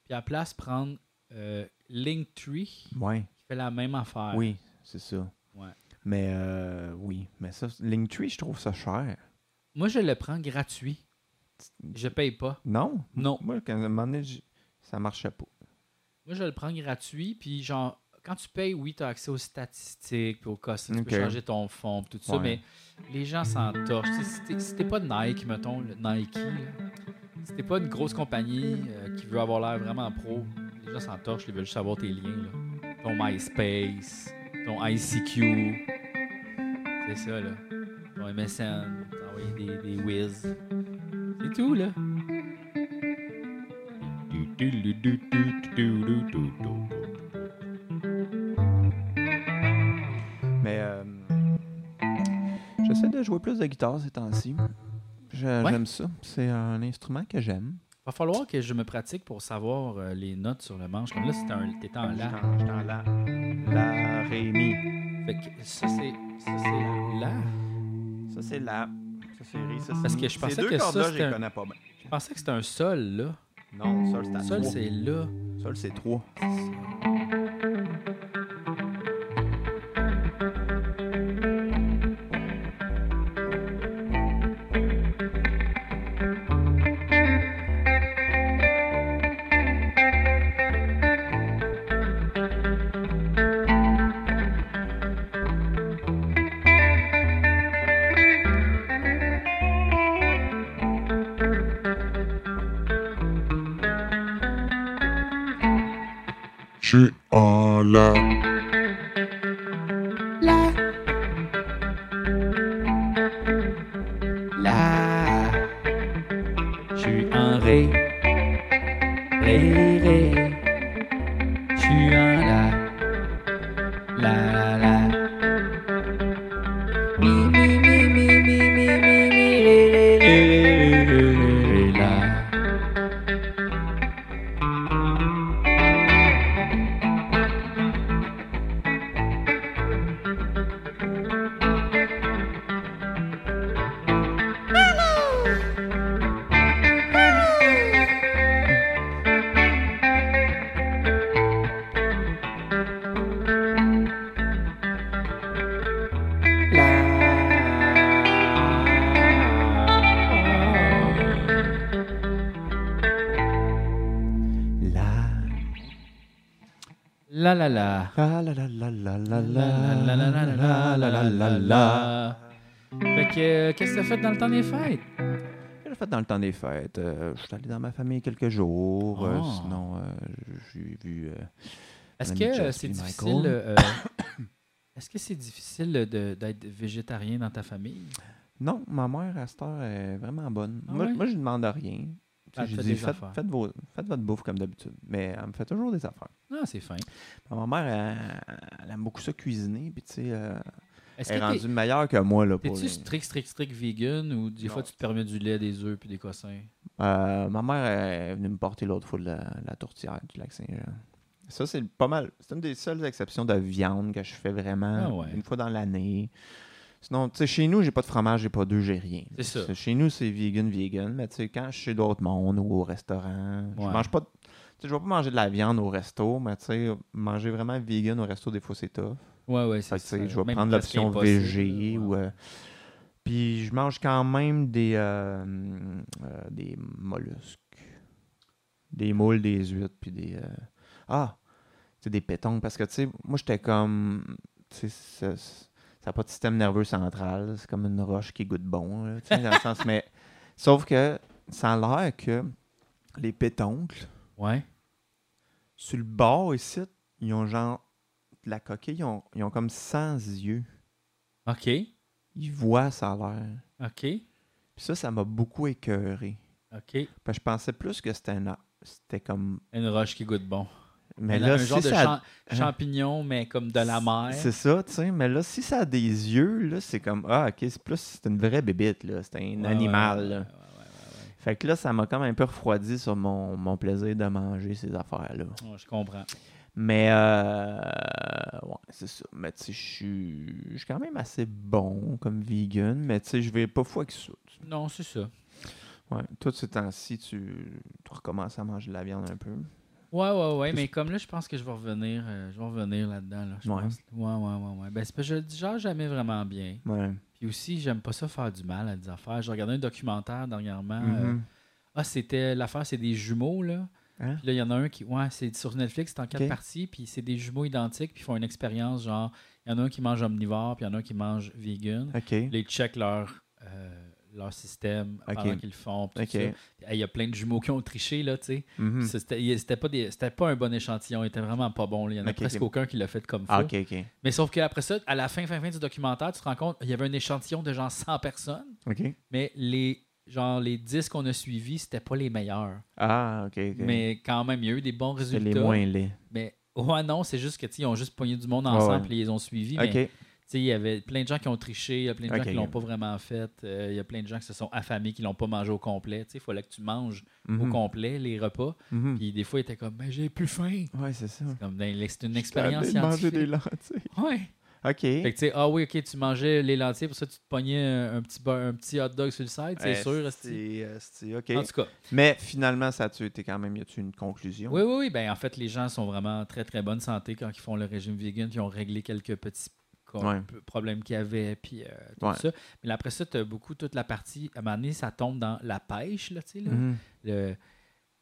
puis à la place prendre euh, Linktree qui Ouais, fait la même affaire. oui, c'est ça. Ouais. Mais euh, oui, mais ça, Linktree, je trouve ça cher. Moi, je le prends gratuit. Je paye pas. Non? Non. Moi, quand à un moment donné, j- ça marchait pas. Moi, je le prends gratuit, puis genre, quand tu payes, oui, tu as accès aux statistiques, puis au cost, tu Ok. peux changer ton fond, puis tout ça, Ouais. mais les gens s'en torchent. Tu sais, Si t'es- si t'es pas Nike, mettons, le Nike, là, si t'es pas une grosse compagnie euh, qui veut avoir l'air vraiment pro, les gens s'en torchent, ils veulent juste avoir tes liens, là. Ton MySpace, ton ICQ, c'est ça, là. Ton MSN, t'envoyer des, des whiz. C'est tout, là. Mais euh, j'essaie de jouer plus de guitare ces temps-ci. Je- Ouais. J'aime ça. C'est un instrument que j'aime. Va falloir que je me pratique pour savoir euh, les notes sur le manche. Comme là, c'était un, t'étais en la. Je suis en la. La, ré, mi. Fait que ça, c'est, ça, c'est la. Ça, c'est la. Ça, c'est ré, ça, c'est Parce mi. que je pensais Ces deux que ça, cordes-là, je c'était les un- connais pas bien. Je pensais que c'était un sol, là. Non, sol, c'est à Sol, trois. c'est là. Sol, c'est 3. suis en la. Je suis en ré. Ré, ré. Je suis en la. La, la, la. Mi, mi, mi, mi, mi, mi, mi, mi, ré, ré, ré, ré, ré, ré, ré, la. La. La, la, la. La la la la la la La, la, la, la, la, la, la, la, la. Fait que, euh, qu'est-ce que t'as fait dans le temps des fêtes? J'ai fait dans le temps des fêtes. Euh, je suis allé dans ma famille quelques jours. Euh, Ah. sinon, euh, j'ai vu. euh, Est-ce Mon que ami euh, Joss c'est puis difficile Michael. euh, Est-ce que c'est difficile de- d'être végétarien dans ta famille? Non, ma mère à cette heure est vraiment bonne. Ah moi, ouais? moi, je ne demande rien. Tu sais, Elle te J'ai fait dit, des faites, affaires. faites vos- faites votre bouffe comme d'habitude. Mais elle me fait toujours des affaires. Non, c'est fin. Ma mère, elle, elle aime beaucoup ça cuisiner. Puis, tu sais, euh, Est-ce elle est que rendue meilleure que moi. Là, t'es- pour t'es-tu les- strict, strict, strict vegan ou des fois Non. tu te permets du lait, des œufs puis des cossins? Euh, ma mère est venue me porter l'autre fois de la, la tourtière du lac Saint-Jean. Ça, c'est pas mal. C'est une des seules exceptions de viande que je fais vraiment Ah ouais. une fois dans l'année. Sinon, tu sais, chez nous, j'ai pas de fromage, j'ai pas d'œufs, j'ai rien. C'est ça. Chez nous, c'est vegan, vegan. Mais tu sais, quand je suis chez d'autres mondes ou au restaurant, je Ouais. mange pas. de- Tu sais, je vais pas manger de la viande au resto, mais tu sais, manger vraiment vegan au resto, des fois, c'est tough. Ouais, ouais, Fait c'est que, tu sais, ça. je vais Euh, Même prendre presque l'option impossible, végé là, ou. ouais. euh, puis je mange quand même des, euh, euh, des mollusques. Des moules, des huîtres, puis des. euh, Ah! Tu sais, des pétons. Parce que, tu sais, moi, j'étais comme. Tu sais, ça- ça n'a pas de système nerveux central. C'est comme une roche qui goûte bon, là, tu sais, dans le sens. Mais. Sauf que, ça a l'air que les pétoncles, Ouais. sur le bord ici, ils ont genre de la coquille, ils ont, ils ont comme 100 yeux. OK. Ils voient ça a l'air. OK. Puis ça, ça m'a beaucoup écœuré. OK. Parce que je pensais plus que c'était un. C'était comme. Une roche qui goûte bon. Mais Un- là, un genre si de ça. hein? champ- champignon, mais comme de la mer. C'est ça, tu sais. Mais là, si ça a des yeux, là, c'est comme. Ah, ok, c'est plus. C'est une vraie bébite, là. C'est un Ouais, animal, ouais, là. ouais, ouais, Fait que là, ça m'a quand même un peu refroidi sur mon, mon plaisir de manger ces affaires-là. ouais, ouais. Ouais, Je comprends. Mais, euh, ouais, c'est ça. Mais tu sais, je suis je suis quand même assez bon comme vegan, mais tu sais, je vais pas fou avec ça. tu sais. Non, c'est ça. Ouais, toi, de ce temps-ci, tu, tu recommences à manger de la viande un peu. Ouais, ouais, ouais, Plus- mais comme là, je pense que je vais revenir, euh, je vais revenir là-dedans. Là, je Ouais. pense. ouais, ouais, ouais, ouais. Ben, c'est parce que je le digère jamais vraiment bien. Ouais. Puis aussi, j'aime pas ça faire du mal à des affaires. J'ai regardé un documentaire dernièrement. euh, Mhm. ah, c'était l'affaire, c'est des jumeaux, là. Hein? Puis là, il y en a un qui, ouais, c'est sur Netflix, c'est en quatre Ok. parties, puis c'est des jumeaux identiques, puis ils font une expérience, genre, il y en a un qui mange omnivore, puis il y en a un qui mange vegan. Ok. Là, ils checkent leur, euh, leur système Ok. pendant qu'ils le font. puis tout Ok. ça. Puis, hey, Il y a plein de jumeaux qui ont triché, là, tu sais. Mhm. Ça, C'était il- c'était pas, des- c'était pas un bon échantillon, il était vraiment pas bon. là. Il y en a Ok, presque ok. aucun qui l'a fait comme ça. Ah, ok, ok. Mais sauf qu'après ça, à la fin, fin, fin du documentaire, tu te rends compte, il y avait un échantillon de genre 100 personnes, Ok. mais les, genre, les 10 qu'on a suivis, c'était pas les meilleurs. Ah, ok, ok. Mais quand même, il y a eu des bons c'est résultats. les moins laids. Mais ouais, non, c'est juste que tu sais, ils ont juste pogné du monde Ouais, ensemble ouais. et ils les ont suivis. Ok. Mais tu sais, il y avait plein de gens qui ont triché, il y a plein de gens Ok, qui l'ont ok. pas vraiment fait, euh, il y a plein de gens qui se sont affamés, qui l'ont pas mangé au complet. Tu sais, il fallait que tu manges au Mhm. complet les repas. Mhm. Puis des fois, ils étaient comme, mais j'ai plus faim. Ouais, c'est ça. Comme dans l'ex- c'est une Expérience expérience manger scientifique. des lentilles. Ouais. Ok. Fait que tu sais, ah oui, ok, tu mangeais les lentilles, pour ça tu te pognais un, un petit, beurre- un petit hot dog sur le side, c'est Eh, sûr. esti. c'est- euh, c'est- ok. En tout cas, Mais finalement, ça a-tu été quand même, y a-tu une conclusion? oui, oui, oui, ben en fait, les gens sont vraiment en très, très bonne santé quand ils font le régime vegan, puis ils ont réglé quelques petits co- Ouais. p- problèmes qu'il y avait, puis euh, tout Ouais. ça. Mais là, après ça, tu as beaucoup toute la partie, à un moment donné, ça tombe dans la pêche, là, tu sais, là. Mhm. Le-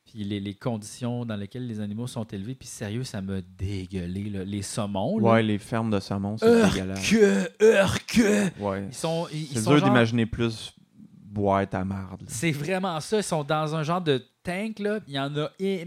puis les, les conditions dans lesquelles les animaux sont élevés, puis sérieux, ça m'a dégueulé, là. Les saumons, Oh, là. Ouais, les fermes de saumon, c'est Urk! dégueulasse. Que, heure que! Ouais. Ils sont. Ils, ils C'est sont dur genre- d'imaginer plus boîte à marde. là. C'est vraiment ça. Ils sont dans un genre de tank, là. Il y en a é-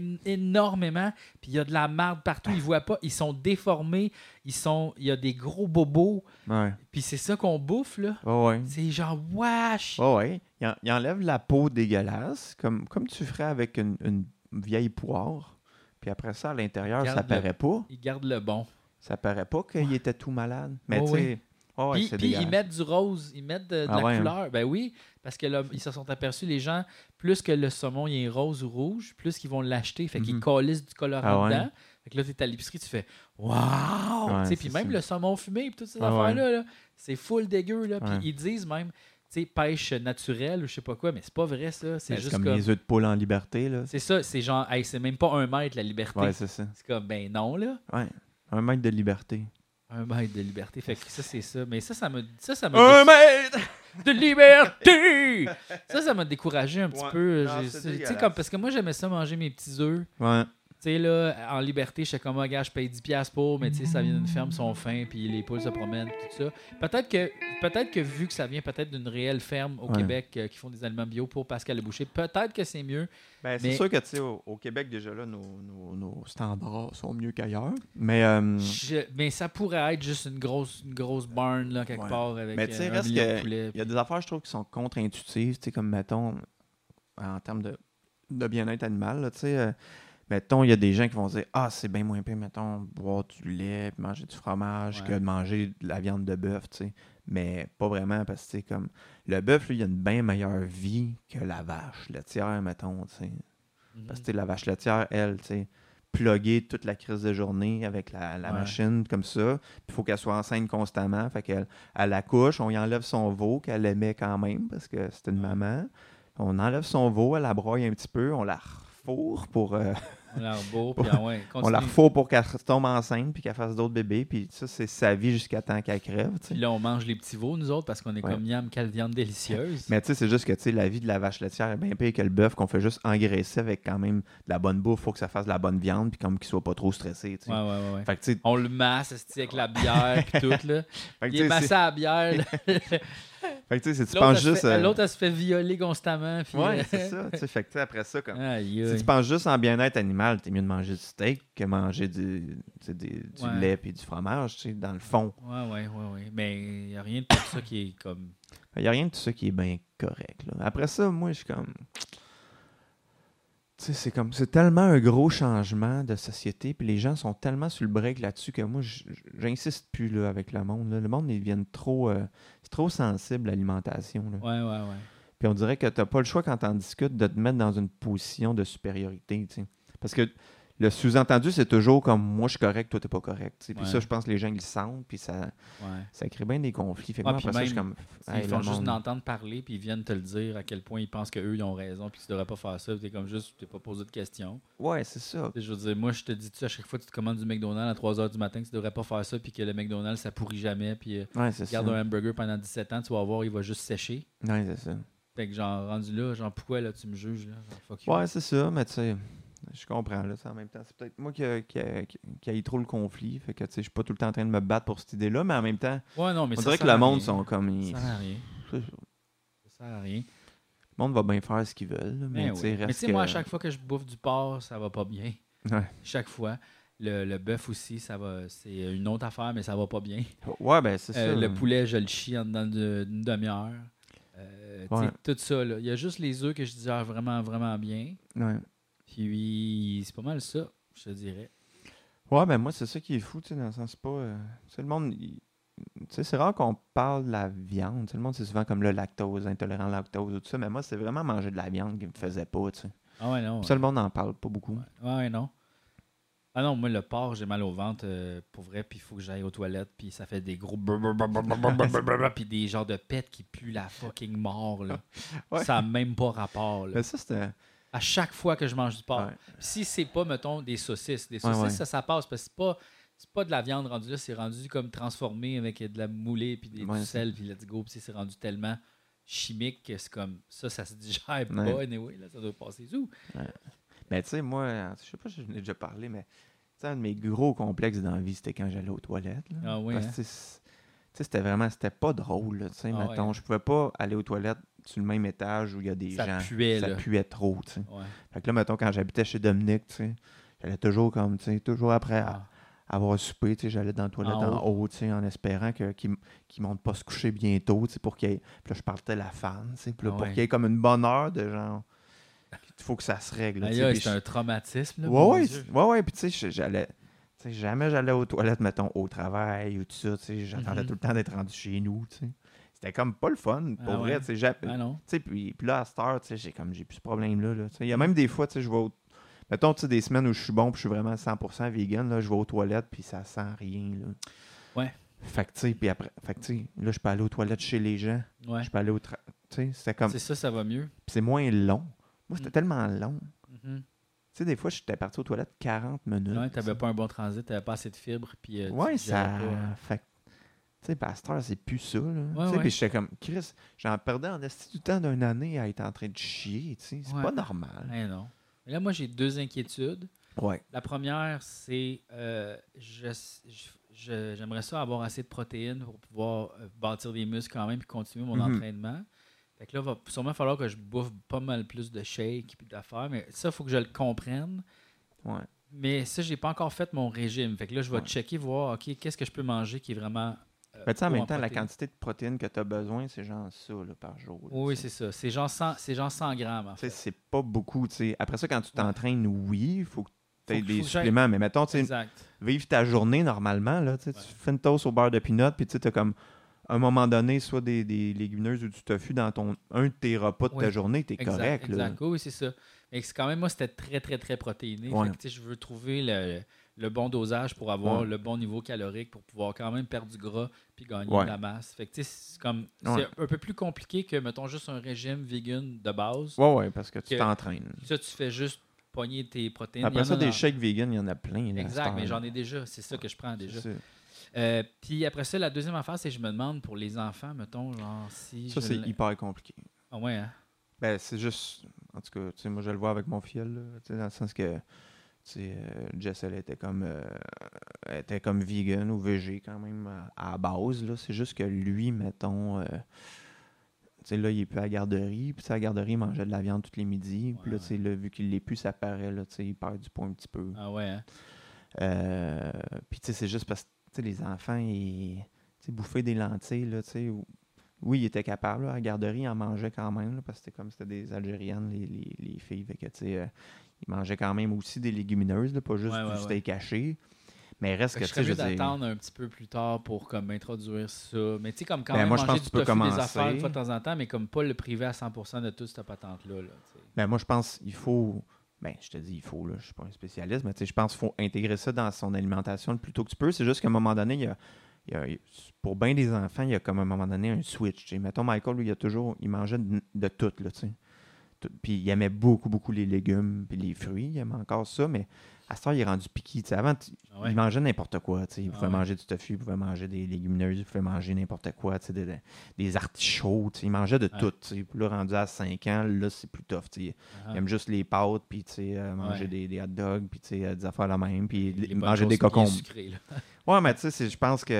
énormément. Puis il y a de la marde partout. Ils voient pas. Ils sont déformés. Ils sont. Il y a des gros bobos. Ouais. Puis c'est ça qu'on bouffe, là. Ouais, ouais. C'est genre wesh. Ouais, ouais. Ils, en- ils enlèvent la peau dégueulasse, comme, comme tu ferais avec une, une vieille poire. Puis après ça, à l'intérieur, ça Garde le- paraît pas. Ils gardent le bon. Ça paraît pas qu'il était tout malade. Mais Ouais, tu sais, ouais, ouais, puis c'est puis ils dégueulasse. mettent du rose. Ils mettent de, de Ah la ouais, hein? couleur. Ben oui. Parce que là, ils se sont aperçus, les gens, plus que le saumon il est rose ou rouge, plus qu'ils vont l'acheter. Fait qu'ils Mhm. collissent du colorant Ah ouais? dedans. Fait que là, t'es à l'épicerie, tu fais Waouh! Ouais, Tu sais, c'est puis même ça. le saumon fumé, puis toutes ces Ah affaires-là, là, c'est full dégueu. Là. Puis Ouais. ils disent même, tu sais, pêche naturelle ou je sais pas quoi, mais c'est pas vrai ça. C'est Ben, juste comme, comme. les œufs de poule en liberté, là. C'est ça, c'est genre, hey, c'est même pas un mètre la liberté. Ouais, c'est ça. c'est comme, ben non, là. Ouais. Un mètre de liberté. Un mètre de liberté. Fait que ça, c'est ça. Mais ça, ça me. Ça, ça me Un mètre! de liberté! ça, ça m'a découragé un petit Ouais. peu. Non, J'ai- c'est tu sais, dégueulasse. comme, parce que moi, j'aimais ça manger mes petits œufs. Ouais. Tu sais, là, en liberté, je sais comme, Ah, gars, je paye 10$ piastres pour, mais tu sais, ça vient d'une ferme, ils sont fins, puis les poules se promènent, tout ça. Peut-être que, peut-être que vu que ça vient peut-être d'une réelle ferme au Ouais. Québec euh, qui font des aliments bio pour Pascal Le Boucher, peut-être que c'est mieux. Ben, c'est Mais- sûr que, tu sais, au, au Québec, déjà, là, nos, nos- nos standards sont mieux qu'ailleurs. Mais, euh, Je- mais ça pourrait être juste une grosse, une grosse barn, là, quelque Ouais. part, avec Mais tu sais, euh, un reste million de que- poulets. il y a des affaires, je trouve, qui sont contre-intuitives, tu sais, comme, mettons, en termes de, de bien-être animal, là, tu sais. euh, mettons, il y a des gens qui vont dire « Ah, c'est bien moins pire, mettons, boire du lait, puis manger du fromage, Ouais. que de manger de la viande de bœuf, tu sais. » Mais pas vraiment, parce que, tu sais, comme, le bœuf, lui, il a une bien meilleure vie que la vache laitière, mettons, tu sais. Mhm. Parce que tu sais, la vache laitière, elle, tu sais, plugger toute la crise de journée avec la, la Ouais. machine comme ça. Il faut qu'elle soit enceinte constamment. Fait qu'elle elle accouche, on y enlève son veau qu'elle aimait quand même parce que c'était une Ouais. maman. On enlève son veau, elle la broye un petit peu, on la refourre pour euh, On la rebourre, puis ah ouais, on la continue. refourre pour qu'elle tombe enceinte puis qu'elle fasse d'autres bébés puis ça c'est sa vie jusqu'à temps qu'elle crève tu sais. Puis là, on mange les petits veaux, nous autres, parce qu'on est Ouais. comme miam, quelle viande délicieuse. mais tu sais c'est juste que tu sais la vie de la vache laitière est bien pire que le bœuf qu'on fait juste engraisser avec quand même de la bonne bouffe faut que ça fasse de la bonne viande puis comme qu'il soit pas trop stressé tu sais. Ouais, ouais, ouais, ouais. fait que tu sais On le masse esti, avec la bière et tout. Là. Fait que Il est tu sais, massé à la bière. là. Fait que tu sais, si L'autre, tu elle penses se juste. fait- euh, L'autre, elle se fait violer constamment. Puis, euh, Ouais, c'est ça. tu sais, fait que tu sais, après ça, comme. Aïe, Si aïe. tu penses juste en bien-être animal, t'es mieux de manger du steak que manger du, tu sais, des- du Ouais. lait et du fromage, tu sais, dans le fond. Ouais, ouais, ouais, ouais. Mais il n'y a rien de pour ça qui est comme. Il n'y a rien de tout ça qui est bien correct. là. Après ça, moi, je suis comme. Tu sais, c'est comme. C'est tellement un gros changement de société, puis les gens sont tellement sur le break là-dessus que moi, j- j'insiste plus là, avec le monde. là. Le monde, ils viennent trop. euh, c'est trop sensible à l'alimentation. là. Ouais, ouais, ouais. Puis on dirait que t'as pas le choix quand t'en discutes de te mettre dans une position de supériorité, tu sais. Parce que le sous-entendu, c'est toujours comme moi je suis correct, toi t'es pas correct. tu sais. Puis Ouais. ça, je pense que les gens ils le sentent, puis ça, ouais. ça crée bien des conflits. Fait que Ouais, moi, Ah, puis après ça, je suis même, comme. Ils Hey, le font juste monde- d'entendre parler, puis ils viennent te le dire à quel point ils pensent qu'eux, ils ont raison, puis que tu devrais pas faire ça. Tu es comme juste, tu pas posé de questions. Ouais, c'est ça. Tu sais, Je veux dire, moi, je te dis-tu à chaque fois que tu te commandes du McDonald's à 3 h du matin que tu devrais pas faire ça, puis que le McDonald's, ça pourrit jamais, puis euh, Ouais, c'est ça. garde un hamburger pendant 17 ans, tu vas voir, il va juste sécher. Ouais, c'est ça. Fait que, genre, rendu là, genre, pourquoi là, tu me juges, là? Genre, fuck you. Ouais, c'est ça, mais tu sais, je comprends, là, ça, en même temps. C'est peut-être moi qui, qui, qui, qui aille trop le conflit. Fait que, tu sais, je suis pas tout le temps en train de me battre pour cette idée-là, mais en même temps, Ouais, non, mais on ça dirait que sert à le monde rien. sont comme. Ça sert à ils- rien. Le Ça sert à rien. monde va bien faire ce qu'ils veulent, là, Ben mais tu oui. sais, Mais tu reste sais, moi, à que- chaque fois que je bouffe du porc, ça va pas bien. Ouais. Chaque fois. Le, le bœuf aussi, ça va. C'est une autre affaire, mais ça va pas bien. Ouais, ben c'est Euh, ça. le poulet, je le chie en dedans de- d'une demi-heure. Euh, tu sais, Ouais. Tout ça, là. Il y a juste les œufs que je disais vraiment, vraiment bien. Ouais. Puis, c'est pas mal ça, je te dirais. Ouais, ben moi, c'est ça qui est fou, tu sais, dans le sens c'est pas. euh, tu sais, le monde. il- Tu sais, c'est rare qu'on parle de la viande. Tu sais, le monde, c'est souvent comme le lactose, intolérant à la lactose ou tout ça. Mais moi, c'est vraiment manger de la viande qui me faisait pas, tu sais. Ah ouais, non. Puis ça, le monde n'en parle pas beaucoup. ouais. Ouais, ouais, non. Ah non, moi, le porc, j'ai mal au ventre, euh, pour vrai, puis il faut que j'aille aux toilettes, puis ça fait des gros... brr, brr, brr, brr, brr, brr, brr, brr, brr, Puis des genres de pets qui puent la fucking mort, là. Ouais. Ça n'a même pas rapport, là. Mais ça, c'était. À chaque fois que je mange du porc. Ouais. Si c'est pas, mettons, des saucisses. Des Ouais, saucisses, ouais. ça, ça passe parce que c'est pas, c'est pas de la viande rendue là, c'est rendu comme transformé avec de la moulée, puis des, Ouais, du c'est- sel, puis let's go. Puis c'est- c'est rendu tellement chimique que c'est comme ça, ça se digère Ouais. pas. Anyway, là, ça doit passer où? Mais tu sais, moi, euh, je sais pas si je l'ai déjà parlé, mais. Tu sais, un de mes gros complexes dans la vie, c'était quand j'allais aux toilettes. là. Ah oui, Parce hein? que tu sais, c'est- tu sais, c'était vraiment. C'était pas drôle, là, tu sais. Ah ouais, mettons, hein? je pouvais pas aller aux toilettes sur le même étage où il y a des Ça gens. puait, ça là. puait trop, tu sais. Ouais. Fait que là, mettons, quand j'habitais chez Dominique, tu sais, j'allais toujours comme, tu sais, toujours après à- avoir soupé, tu sais, j'allais dans la toilette En en haut, tu sais, en espérant que, qu'ils ne montent pas se coucher bientôt, tu sais, pour qu'il y ait... Puis là, je partais la fan, tu sais, puis là, Ah pour ouais. qu'il y ait comme une bonne heure de genre... Il faut que ça se règle, tu Aïe, sais, aïe, puis c'est je- un traumatisme. Là, Ouais, mon ouais, Dieu. ouais, ouais, puis tu sais, j'allais... Tu sais, jamais j'allais aux toilettes, mettons, au travail ou tout ça, tu sais, j'attendais Mhm. tout le temps d'être rendu chez nous, tu sais. C'était comme pas le fun, pour Ah vrai, ouais. tu sais, j'a- Ah non. tu sais, puis, puis là, à cette heure, tu sais, j'ai comme j'ai plus ce problème-là. là, tu sais. Il y a même des fois, tu sais, je vais au- Mettons, tu sais, des semaines où je suis bon, puis je suis vraiment 100% vegan, là, je vais aux toilettes, puis ça sent rien, là. Ouais. Fait que, tu sais, puis après... Fait que, tu sais, là, je peux aller aux toilettes chez les gens. Ouais. Je peux aller au... tra- Tu sais, c'était comme... C'est ça, ça va mieux. puis c'est moins long. Moi, c'était Mm. tellement long. Mhm. Tu sais, des fois, j'étais parti aux toilettes 40 minutes. Ouais, tu sais. t'avais pas un bon transit, t'avais pas assez de fibres. Puis, euh, tu Ouais, digérais ça... pas. Fait que, tu sais, puis à cette heure, c'est plus ça, là. Ouais, tu sais, ouais. puis j'étais comme... Chris, j'en perdais en esti du temps d'une année à être en train de chier, tu sais. C'est Ouais. pas normal. Eh non. Mais Là, moi, j'ai deux inquiétudes. Ouais. La première, c'est euh, je- je- je- j'aimerais ça avoir assez de protéines pour pouvoir euh, bâtir des muscles quand même et continuer mon Mhm. entraînement. Fait que là, va sûrement falloir que je bouffe pas mal plus de shakes et d'affaires, mais ça, il faut que je le comprenne. Ouais. Mais ça, j'ai pas encore fait mon régime. Fait que là, je vais Ouais. checker, voir, OK, qu'est-ce que je peux manger qui est vraiment. euh, Mais tu sais, en haut même temps, la protéines. quantité de protéines que tu as besoin, c'est genre ça là, par jour. là, Oui, tu c'est sais. ça. C'est genre 100, c'est genre 100 grammes, en Tu sais, fait. c'est pas beaucoup. tu sais. Après ça, quand tu t'entraînes, oui, il faut que tu aies que- des faut que j'aille- suppléments. Mais mettons, tu sais, Exact. vivre ta journée normalement. Là, tu sais, tu Ouais. fais une toast au beurre de peanut, puis tu as comme à un moment donné, soit des, des légumineuses ou du tofu dans ton un de tes repas de ta Ouais. journée, tu es Exact, correct. là. exact. Oui, c'est ça. Mais c'est quand même, moi, c'était très, très, très protéiné. Fait Ouais. que, tu sais, je veux trouver le, le bon dosage pour avoir Ouais. le bon niveau calorique pour pouvoir quand même perdre du gras puis gagner Ouais. de la masse. Fait que, tu sais, c'est comme, Ouais. c'est un peu plus compliqué que, mettons, juste un régime vegan de base. Ouais, ouais, parce que tu Que- t'entraînes. Ça, tu fais juste pogner tes protéines. Il y Après en ça, a dans- des shakes vegan, il y en a plein. là, à cette Exact, mais heure-là. j'en ai déjà. C'est ça que je prends déjà. C'est- Euh, puis après ça, la deuxième affaire, c'est que je me demande pour les enfants, mettons, genre, si. Ça, je c'est l'ai- hyper compliqué. Ah ouais, hein? Ben, c'est juste. En tout cas, tu sais, moi, je le vois avec mon fiel, là, tu sais, dans le sens que. tu sais, euh, Jess, elle était comme, euh, elle était comme vegan ou végé quand même à à la base. là. C'est juste que lui, mettons, euh, tu sais, là, il est plus à la garderie. Puis, tu sais, à la garderie, il mangeait de la viande tous les midis. Puis là, Ouais. tu sais, là, vu qu'il l'est plus, ça paraît, là, tu sais, il perd du poids un petit peu. Ah ouais, hein? Euh, puis, tu sais, c'est juste parce que, tu sais, les enfants, ils, tu sais, bouffer des lentilles, là, tu sais, ou- oui, ils étaient capables. là. à la garderie, ils en mangeaient quand même, là, parce que c'était comme c'était des Algériennes, les, les, les filles. Fait que, tu sais, euh, ils mangeaient quand même aussi des légumineuses, là, pas juste Ouais, du ouais, steak haché. Mais reste que, je tu sais, serais mieux je veux dire- d'attendre un petit peu plus tard pour comme introduire ça. Mais tu sais, comme quand Ben, même moi, je manger pense que du tu peux tofu commencer. des affaires une fois de temps en temps, mais comme pas le priver à 100% de toute cette patente-là. là, tu sais. Ben, moi, je pense qu'il faut. Ben, je te dis, il faut, là, je suis pas un spécialiste, mais tu sais, je pense qu'il faut intégrer ça dans son alimentation le plus tôt que tu peux. C'est juste qu'à un moment donné, il y a, il y a- pour bien des enfants, il y a comme à un moment donné un switch. tu sais. Mettons, Michael, lui, il a toujours. Il mangeait de, de tout, là, tu sais. Tout- Puis il aimait beaucoup, beaucoup les légumes puis les fruits. Il aimait encore ça, mais à ce temps, il est rendu piqué. tu sais. Avant, tu- Ah ouais. il mangeait n'importe quoi. tu sais. Il Ah pouvait ouais. manger du tofu, il pouvait manger des légumineuses, il pouvait manger n'importe quoi, tu sais, des, des- des artichauts. tu sais. Il mangeait de Ouais. tout. tu sais. Puis là, rendu à 5 ans, là, c'est plus tough. tu sais. Ah. Il aime juste les pâtes, puis tu sais, euh, manger Ouais. des, des hot dogs, puis tu sais, euh, des affaires la même, puis Les les- bonnes manger des choses bien cocombes. sucrées, là. Ouais, mais tu sais, c'est- je pense que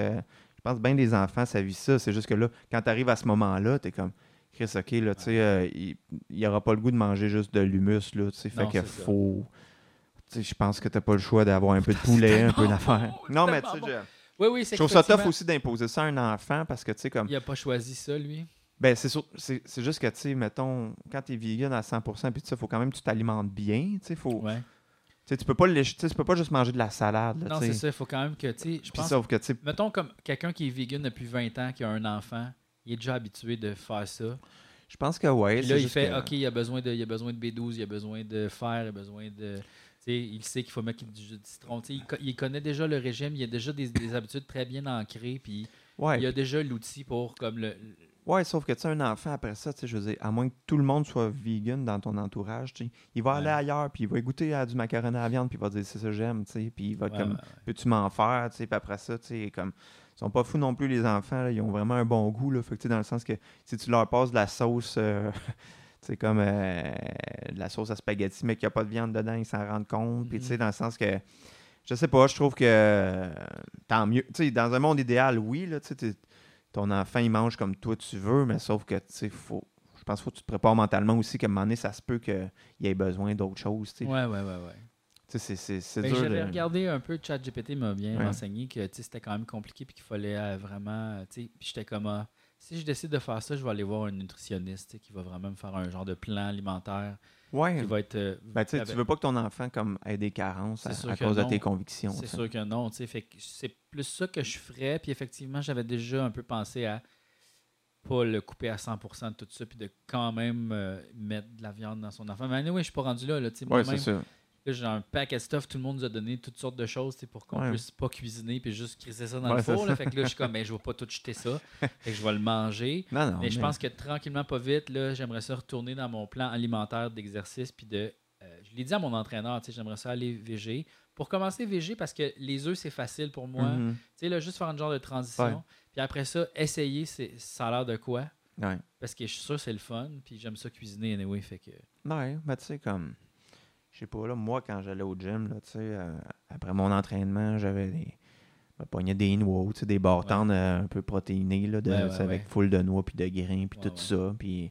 je pense bien des enfants, ça vit ça. C'est juste que là, quand tu arrives à ce moment-là, t'es comme Chris, ok, là, tu sais, euh, il n'y aura pas le goût de manger juste de l'humus, là, tu sais, fait Non, que c'est ça. faut. Tu sais, je pense que t'as pas le choix d'avoir un peu de poulet, un peu tellement d'affaires. bon, c'est Non, mais tu tellement sais, bon. je- Oui, oui, c'est je trouve ça tough effectivement- aussi d'imposer ça à un enfant parce que tu sais, comme. Il a pas choisi ça, lui. Ben, c'est sûr- c'est c'est juste que, tu sais, mettons, quand t'es vegan à 100%, puis tu sais, faut quand même que tu t'alimentes bien, tu sais, faut. Ouais. Tu sais, tu peux pas le- tu sais, tu peux pas juste manger de la salade. Là, Non, tu c'est sais. ça. Il faut quand même que, tu sais, je Puis pense. sauf que, tu sais, Mettons comme quelqu'un qui est vegan depuis 20 ans, qui a un enfant, il est déjà habitué de faire ça. je pense que ouais. Puis c'est là, il juste fait que- OK, il a, besoin de, il a besoin de B12, il a besoin de fer, il a besoin de. tu sais, Il sait qu'il faut mettre du jus de citron. Tu sais, Il, co- il connaît déjà le régime, il a déjà des, des habitudes très bien ancrées, puis Ouais, il a déjà l'outil pour comme le. ouais, sauf que tu sais, un enfant après ça, tu sais, je veux dire, à moins que tout le monde soit vegan dans ton entourage, tu sais, il va Ouais. aller ailleurs, puis il va goûter à du macaroni à la viande, puis il va dire c'est ça j'aime, tu sais, puis il va Ouais, comme ouais, peux-tu m'en faire, tu sais, puis après ça, tu sais, comme ils sont pas fous non plus les enfants, là, ils ont vraiment un bon goût là, fait que tu sais, dans le sens que si tu leur passes de la sauce euh, tu sais, comme euh, de la sauce à spaghetti, mais qu'il n'y a pas de viande dedans, ils s'en rendent compte. Puis, tu Mm-hmm. sais, dans le sens que, je sais pas, je trouve que euh, tant mieux. Tu sais, dans un monde idéal, oui, là, tu sais, t'es- ton enfant, il mange comme toi tu veux, mais sauf que, tu sais, faut, je pense qu'il faut que tu te prépares mentalement aussi qu'à un moment donné, ça se peut qu'il y ait besoin d'autres choses. Tu sais. ouais, ouais, ouais, ouais. Tu sais, c'est- c'est c'est Ben, dur. J'avais de- regardé un peu ChatGPT m'a bien Ouais. renseigné que tu sais, c'était quand même compliqué puis qu'il fallait euh, vraiment euh, tu sais, puis j'étais comme ah, si je décide de faire ça, je vais aller voir un nutritionniste tu sais, qui va vraiment me faire un genre de plan alimentaire Ouais. qui va être euh, Ben, tu sais, avec- tu veux pas que ton enfant comme, ait des carences à, C'est sûr à que cause de non. tes convictions. C'est tu sais. sûr que non, tu sais, fait que c'est plus ça que je ferais puis effectivement, j'avais déjà un peu pensé à pas le couper à 100% de tout ça puis de quand même euh, mettre de la viande dans son enfant. Mais anyway, je suis pas rendu là, là tu sais, Ouais, moi-même, c'est ça. Là, j'ai un paquet de stuff, tout le monde nous a donné toutes sortes de choses tu sais, pour qu'on Ouais. puisse pas cuisiner puis juste crisser ça dans Ouais, le c'est four. là. ça. Fait que là, je suis comme, ben, je vais pas tout jeter ça. Fait que je vais le manger. Non, non. mais je Ah, mais- pense que tranquillement, pas vite, là, j'aimerais ça retourner dans mon plan alimentaire d'exercice puis de. euh, je l'ai dit à mon entraîneur, tu sais, j'aimerais ça aller végé. Pour commencer végé, parce que les œufs, c'est facile pour moi. Mhm. Tu sais, là, juste faire une genre de transition. Ouais. Puis après ça, essayer, c'est, ça a l'air de quoi? Ouais. Parce que je suis sûr que c'est le fun, puis j'aime ça cuisiner anyway, fait que... Ben Ouais, mais tu sais, comme. Je sais pas, là, moi, quand j'allais au gym, là, tu sais, euh, après mon entraînement, j'avais des. Je me pognais des noix, tu sais, des bartendes euh, un peu protéinées, là, de, Ouais, ouais, tu sais, avec ouais. foule de noix, puis de grains, puis Ouais, tout ça. Puis,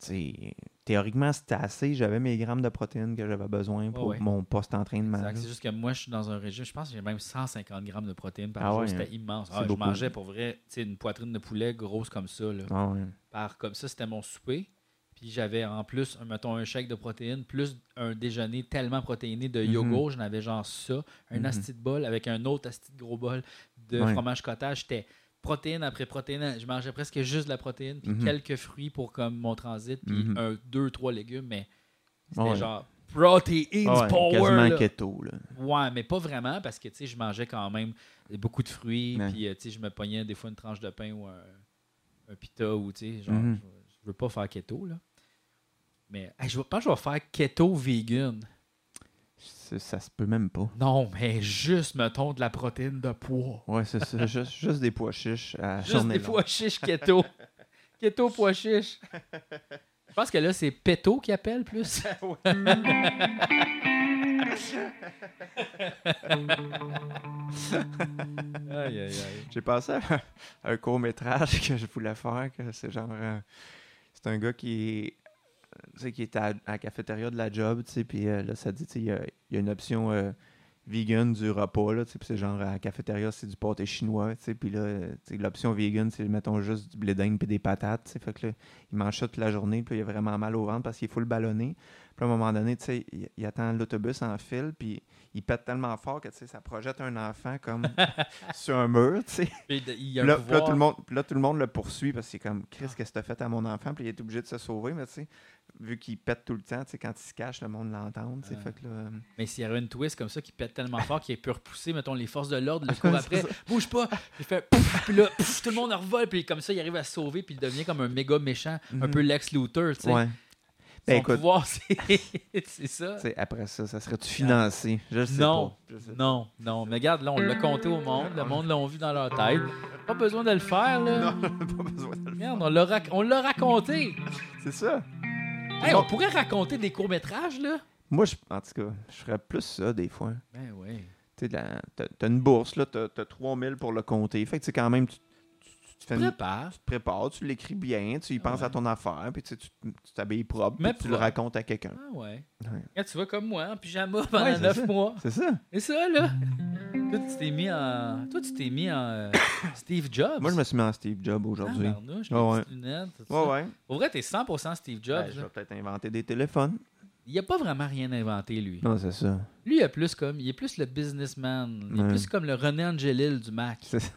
tu sais, théoriquement, c'était assez. J'avais mes grammes de protéines que j'avais besoin pour ouais. mon post-entraînement. Exact. là. C'est juste que moi, je suis dans un régime, je pense que j'ai même 150 grammes de protéines par Ah jour. ouais, hein. C'était immense. C'est Ah, je beaucoup. mangeais pour vrai tu sais, une poitrine de poulet grosse comme ça. là. Ah ouais. Par, comme ça, c'était mon souper. Puis j'avais en plus, un, mettons, un chèque de protéines, plus un déjeuner tellement protéiné de Mhm. yogourt. J'en avais genre ça, un Mhm. asti de bol avec un autre asti de gros bol de Ouais. fromage cottage. J'étais protéine après protéine. Je mangeais presque juste de la protéine, puis Mhm. quelques fruits pour comme mon transit, puis Mhm. un, deux, trois légumes, mais c'était Ouais. genre protéines Ah ouais, power. quasiment là. keto, là. Ouais, mais pas vraiment parce que tu sais, je mangeais quand même beaucoup de fruits, Ouais. puis euh, tu sais, je me pognais des fois une tranche de pain ou un, un pita ou tu sais, genre, Mhm. je, je veux pas faire keto là. Mais hey, je pense que je vais faire keto vegan. C'est- Ça se peut même pas. Non, mais juste mettons de la protéine de poids. Ouais, c'est ça. juste, juste des pois chiches à Juste journée des longue. pois chiches keto. keto pois chiches. Je pense que là c'est Peto qui appelle plus. aïe aïe aïe. J'ai pensé à un court métrage que je voulais faire, que c'est genre euh, C'est un gars qui est, tu sais, qui est à, à la cafétéria de la job, tu sais, puis euh, là, ça dit, tu sais, il y a, il y a une option euh, vegan du repas, là, tu sais, puis c'est genre, à la cafétéria, c'est du pâté chinois, tu sais, puis là, euh, tu sais, l'option vegan, c'est, mettons, juste du blé d'Inde puis des patates, tu sais, fait que là, il mange ça toute la journée, puis il a vraiment mal au ventre parce qu'il faut le ballonner. Puis à un moment donné, tu sais, il, il attend l'autobus en file, puis il pète tellement fort que, tu sais, ça projette un enfant comme sur un mur, tu sais. Puis de- il y a Puis un là, puis là, tout pouvoir- le Ah. monde, puis là, tout le monde le poursuit parce que c'est comme Chris, qu'est-ce que t'as fait à mon enfant? Puis il est obligé de se sauver, mais tu sais, vu qu'il pète tout le temps, tu sais, quand il se cache, le monde l'entend. tu sais, Ah. Fait que là, euh, Mais s'il y avait une twist comme ça qui pète tellement fort qu'il peut repousser, mettons, les forces de l'ordre, le cours après, bouge pas, il fait pouf, puis là, pouf, tout le monde en revole, puis comme ça, il arrive à se sauver, puis il devient comme un méga méchant, un Mhm. peu Lex Luthor, tu sais. ouais. Son Ben, écoute. pouvoir, c'est c'est ça. Tu sais, après ça, ça serait-tu financé? Je sais Non, pas. Je sais pas. non, non. Mais regarde, là, on l'a compté au monde, le monde l'a vu dans leur tête. Pas besoin de le faire, là. Non, pas besoin de le Merde, on l'a rac- on l'a raconté. faire. C'est ça. Hey, on pourrait raconter des courts-métrages, là. Moi, je, en tout cas, je ferais plus ça des fois. Ben oui. Tu sais, la- t'as t'as une bourse, là, t'as as 3000 pour le compter. Fait que tu sais, quand même, tu, tu- tu te fais une Prépare. tu te prépares, tu l'écris bien, tu y penses ouais. à ton affaire, puis tu sais, tu tu t'habilles propre, Mais puis tu le propre. racontes à quelqu'un. Ah ouais. Ouais. Regarde, tu vois, comme moi, en pyjama pendant Ouais, c'est 9 ça. mois. C'est ça. Et ça, là? Toi, tu t'es mis en. Toi, tu t'es mis en euh, Steve Jobs. Moi, je me suis mis en Steve Jobs aujourd'hui. Tabarnouche, les Ah ouais. petites lunettes, tout Ouais, ça. ouais. Au vrai, t'es 100% Steve Jobs. hein. Ben, je là. vais peut-être inventer des téléphones. Il a pas vraiment rien inventé, lui. Non, c'est ça. Lui, il est plus comme. Il est plus le businessman. Il est Ouais. plus comme le René Angelil du Mac. C'est ça.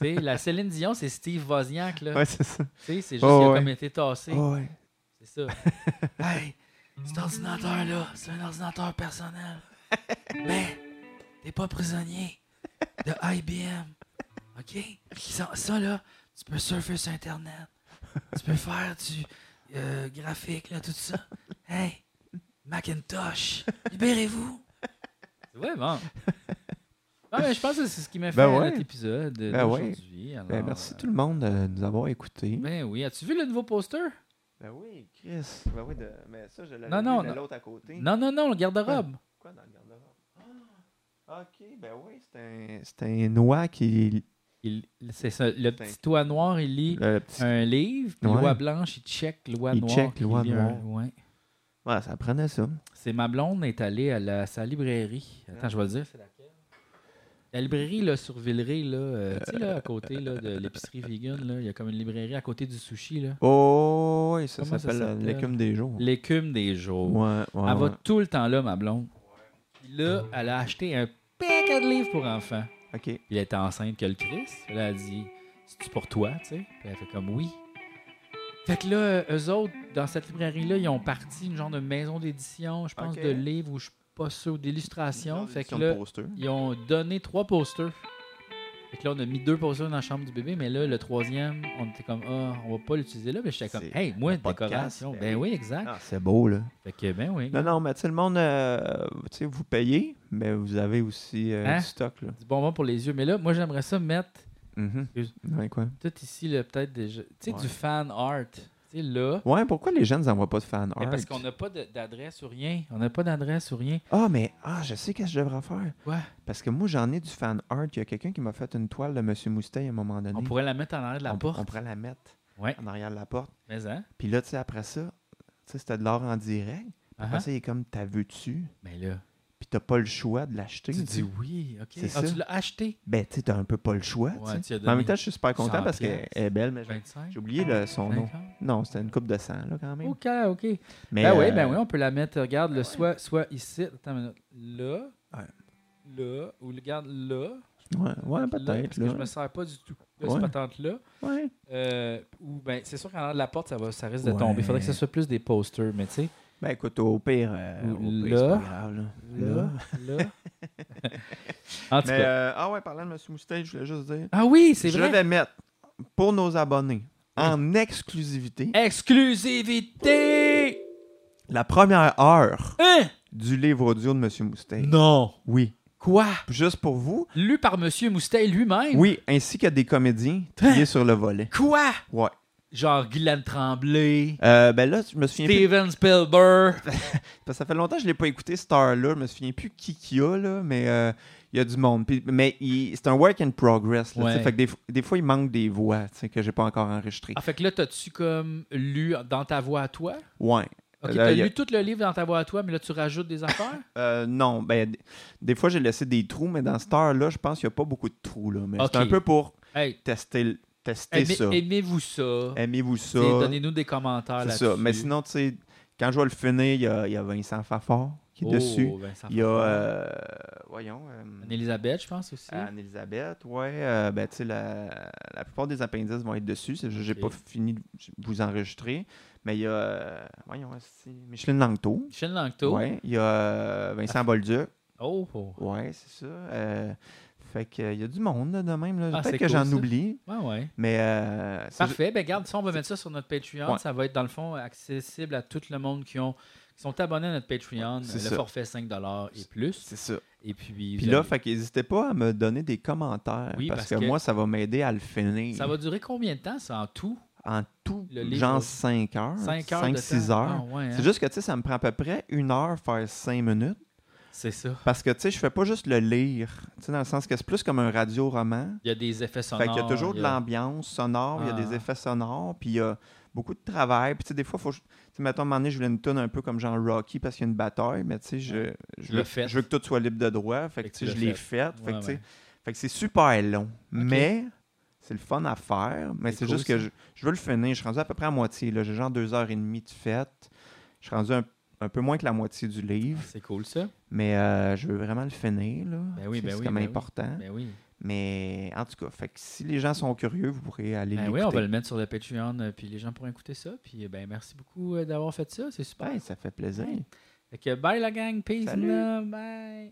Tu sais, la Céline Dion, c'est Steve Wozniak, là. Ouais, c'est ça. Tu sais, c'est juste Oh, qu'il a ouais. comme été tassé. ouais. C'est ça. hey, cet ordinateur-là, c'est un ordinateur personnel. Mais, t'es pas prisonnier de IBM. OK? Ça, ça, là, tu peux surfer sur Internet. Tu peux faire du euh, graphique, là, tout ça. Hey, Macintosh, libérez-vous. C'est vrai, bon. Ah, mais je pense que c'est ce qui m'a fait Ben ouais. cet épisode Ben ouais. d'aujourd'hui. Alors, Ben, merci euh, tout le monde de nous avoir écoutés. Ben oui, as-tu vu le nouveau poster? Ben oui, Chris. Ben oui, de... mais ça, je l'avais Non, vu, non, mais non. l'autre à côté. Non, non, non, le garde-robe. Quoi dans le garde-robe? Ah, ok, ben oui, c'est un... C'est un noix qui... Il- c'est ça, le Fait petit toit noir, il lit Le petit... un livre, puis Ouais. loi blanche, il check loi Il noire. check puis loi lit un- ouais. Ouais, ça prenait ça. C'est ma blonde est allée à la, sa librairie. Attends, je vais le dire, c'est laquelle? La librairie là, sur Villeray, là, euh, tu sais, là, à côté là, de l'épicerie vegan, là, il y a comme une librairie à côté du sushi. là. Oh, oui, ça Comment ça s'appelle euh, s'appelle? l'écume des jours. L'écume des jours. Ouais, ouais, elle ouais. va tout le temps là, ma blonde. Puis là, elle a acheté un paquet de livres pour enfants. Ok. Puis elle était enceinte que le Christ. Puis Là, elle a dit C'est-tu pour toi, tu sais Puis elle fait comme Oui. Fait que là, euh, eux autres, dans cette librairie-là, ils ont parti une genre de maison d'édition, je pense, Ok. de livres ou je suis pas sûr, d'illustrations. Fait que Édition de là, poster. ils ont donné trois posters. Fait que là, on a mis deux posters dans la chambre du bébé, mais là, le troisième, on était comme Ah, on va pas l'utiliser là. Mais j'étais comme C'est Hey, moi, le podcast, décoration. ben Ben oui, exact. Ah, c'est beau, là. Fait que, ben oui. Non, non, mais tu sais, le monde, euh, tu sais, vous payez, mais vous avez aussi euh, Hein? du stock, là. Du bonbon pour les yeux. Mais là, moi, j'aimerais ça mettre Mhm. Excuse. Ouais, quoi. tout ici, là, peut-être déjà. Tu sais, Ouais. du fan art. Tu sais, là. Ouais, pourquoi les gens ne envoient pas de fan Mais art? parce qu'on n'a pas de- d'adresse ou rien. On n'a pas d'adresse ou rien. Ah, mais ah, je sais qu'est-ce que je devrais faire. Ouais. Parce que moi, j'en ai du fan art. Il y a quelqu'un qui m'a fait une toile de Monsieur Moustaille à un moment donné. On pourrait la mettre en arrière de la on, porte. on pourrait la mettre Ouais. en arrière de la porte. Mais hein? Puis là, tu sais, après ça, tu sais, c'était de l'art en direct. Après Uh-huh. ça, il est comme, t'as vu-tu? Mais là, Puis t'as pas le choix de l'acheter. tu tu sais. dis oui, ok. C'est Ah, ça. tu l'as acheté. Ben, tu sais, t'as un peu pas le choix. tu Ouais, sais. tu as Mais en donné même temps, je suis super content 100 parce qu'elle est belle, mais j'ai- 25. j'ai oublié le- son nom. 50. Non, c'était une coupe de sang, là, quand même. Ok, ok. Mais, Ben euh, oui, ben oui, on peut la mettre. Regarde, le soit, soit ici. Attends une minute. Là. Ouais. Là. Ou le garde là. Ouais, ouais, là, Parce peut-être. que là. je me sers pas du tout de Ouais. cette patente-là. Ouais. Euh, ou ben, c'est sûr qu'en arrière de la porte, ça, va, ça risque de Ouais. tomber. Il faudrait que ce soit plus des posters, mais tu sais. Ben écoute, au pire, euh, Ou au pire, c'est là. pas grave. Là. Là, là. en tout Mais, cas. euh, ah ouais, parlant de M. Moustache, je voulais juste dire. Ah oui, c'est je vrai. vais mettre pour nos abonnés en exclusivité Exclusivité! la première heure Hein? du livre audio de M. Moustache. Non! Oui. Quoi? Juste pour vous. Lu par Monsieur Moustay lui-même? Oui, ainsi que des comédiens triés sur le volet. Quoi? Ouais. Genre Guylaine Tremblay, Euh, ben là, je me souviens plus. Steven Spielberg. Parce que ça fait longtemps que je l'ai pas écouté, cette heure-là. Je me souviens plus qui qu'il y a, là, mais euh, il Il y a du monde. Puis- mais il- c'est un work in progress. là, tu sais. Ouais. Fait que des, fo- des fois, il manque des voix tu sais, que j'ai pas encore enregistrées. Ah, fait que là, t'as-tu comme lu dans ta voix à toi? Ouais. Ok, Là, t'as il y a- lu tout le livre dans ta voix à toi, mais là, tu rajoutes des affaires? Euh, non, ben, d- des fois, j'ai laissé des trous, mais dans cette heure-là, je pense qu'il n'y a pas beaucoup de trous. Là, mais Ok. c'est un peu pour hey, tester, l- tester aimez- ça. aimez-vous ça? Aimez-vous ça. T'sais, Donnez-nous des commentaires C'est là-dessus. ça. Mais sinon, tu sais, quand je vais le finir, il y a, il y a Vincent Fafard qui est Oh, dessus. Vincent Il y a, Fafard. euh, voyons, euh, Anne-Elisabeth, je pense aussi. Anne-Elisabeth, ouais. euh, ben, tu sais, la, la plupart des appendices vont être dessus. c'est- J'ai Ok. pas fini de vous enregistrer. Mais il y a, euh, voyons, c'est Micheline Langto. Michel Langto. Ouais. Il y a euh, Vincent Bolduc. Oh, oh. Ouais, c'est ça. euh, fait que, il y a du monde là, de même. Ah, là. c'est Peut-être que cool, j'en ça. oublie. Ouais, ouais. Mais euh, c'est ju- Parfait. Ben, garde ça, on va mettre ça sur notre Patreon. Ouais. Ça va être, dans le fond, accessible à tout le monde qui, ont, qui sont abonnés à notre Patreon. C'est le ça. forfait 5 et plus. c'est ça. Et puis, Puis vous là, avez- fait n'hésitez pas à me donner des commentaires Oui, parce, parce que, que- moi, ça va m'aider à le finir. ça va durer combien de temps, ça, en tout? En tout, Le livre- genre 5 heures, 5 heures 5 de 6 temps? heures. Ah, ouais, hein? C'est juste que, tu sais, ça me prend à peu près une heure faire 5 minutes. C'est ça. Parce que, tu sais, je fais pas juste le lire. Tu sais, dans le sens que c'est plus comme un radio-roman. Il y a des effets sonores. Fait qu'il y a toujours de il y a- l'ambiance sonore, il y a Ah. des effets sonores, puis il y a beaucoup de travail. Puis, tu sais, des fois, faut. que je- Tu sais, mettons, à un moment donné, je voulais une tonne un peu comme genre Rocky parce qu'il y a une bataille, mais tu sais, je, je, Le veux, fait. je veux que tout soit libre de droit. Fait que, tu sais, tu je l'as l'ai fait. Fait que, Ouais, tu sais, ouais. fait que c'est super long, mais c'est le fun à faire. Mais C'est c'est cool, juste que ça. je, je veux le finir. Je suis rendu à peu près à moitié. là. J'ai genre deux heures et demie de fête. Je suis rendu un, un peu moins que la moitié du livre. C'est cool, ça. Mais euh, je veux vraiment le finir. là. Ben oui, Tu ben sais, c'est oui, comme ben oui. important. Ben oui. Mais en tout cas, fait que si les gens sont curieux, vous pourrez aller Ben oui, l'écouter. on va le mettre sur le Patreon, euh, puis les gens pourront écouter ça. Puis, ben, merci beaucoup euh, d'avoir fait ça. C'est super. Ben, ça fait plaisir. Fait que bye la gang, peace Salut. là, bye.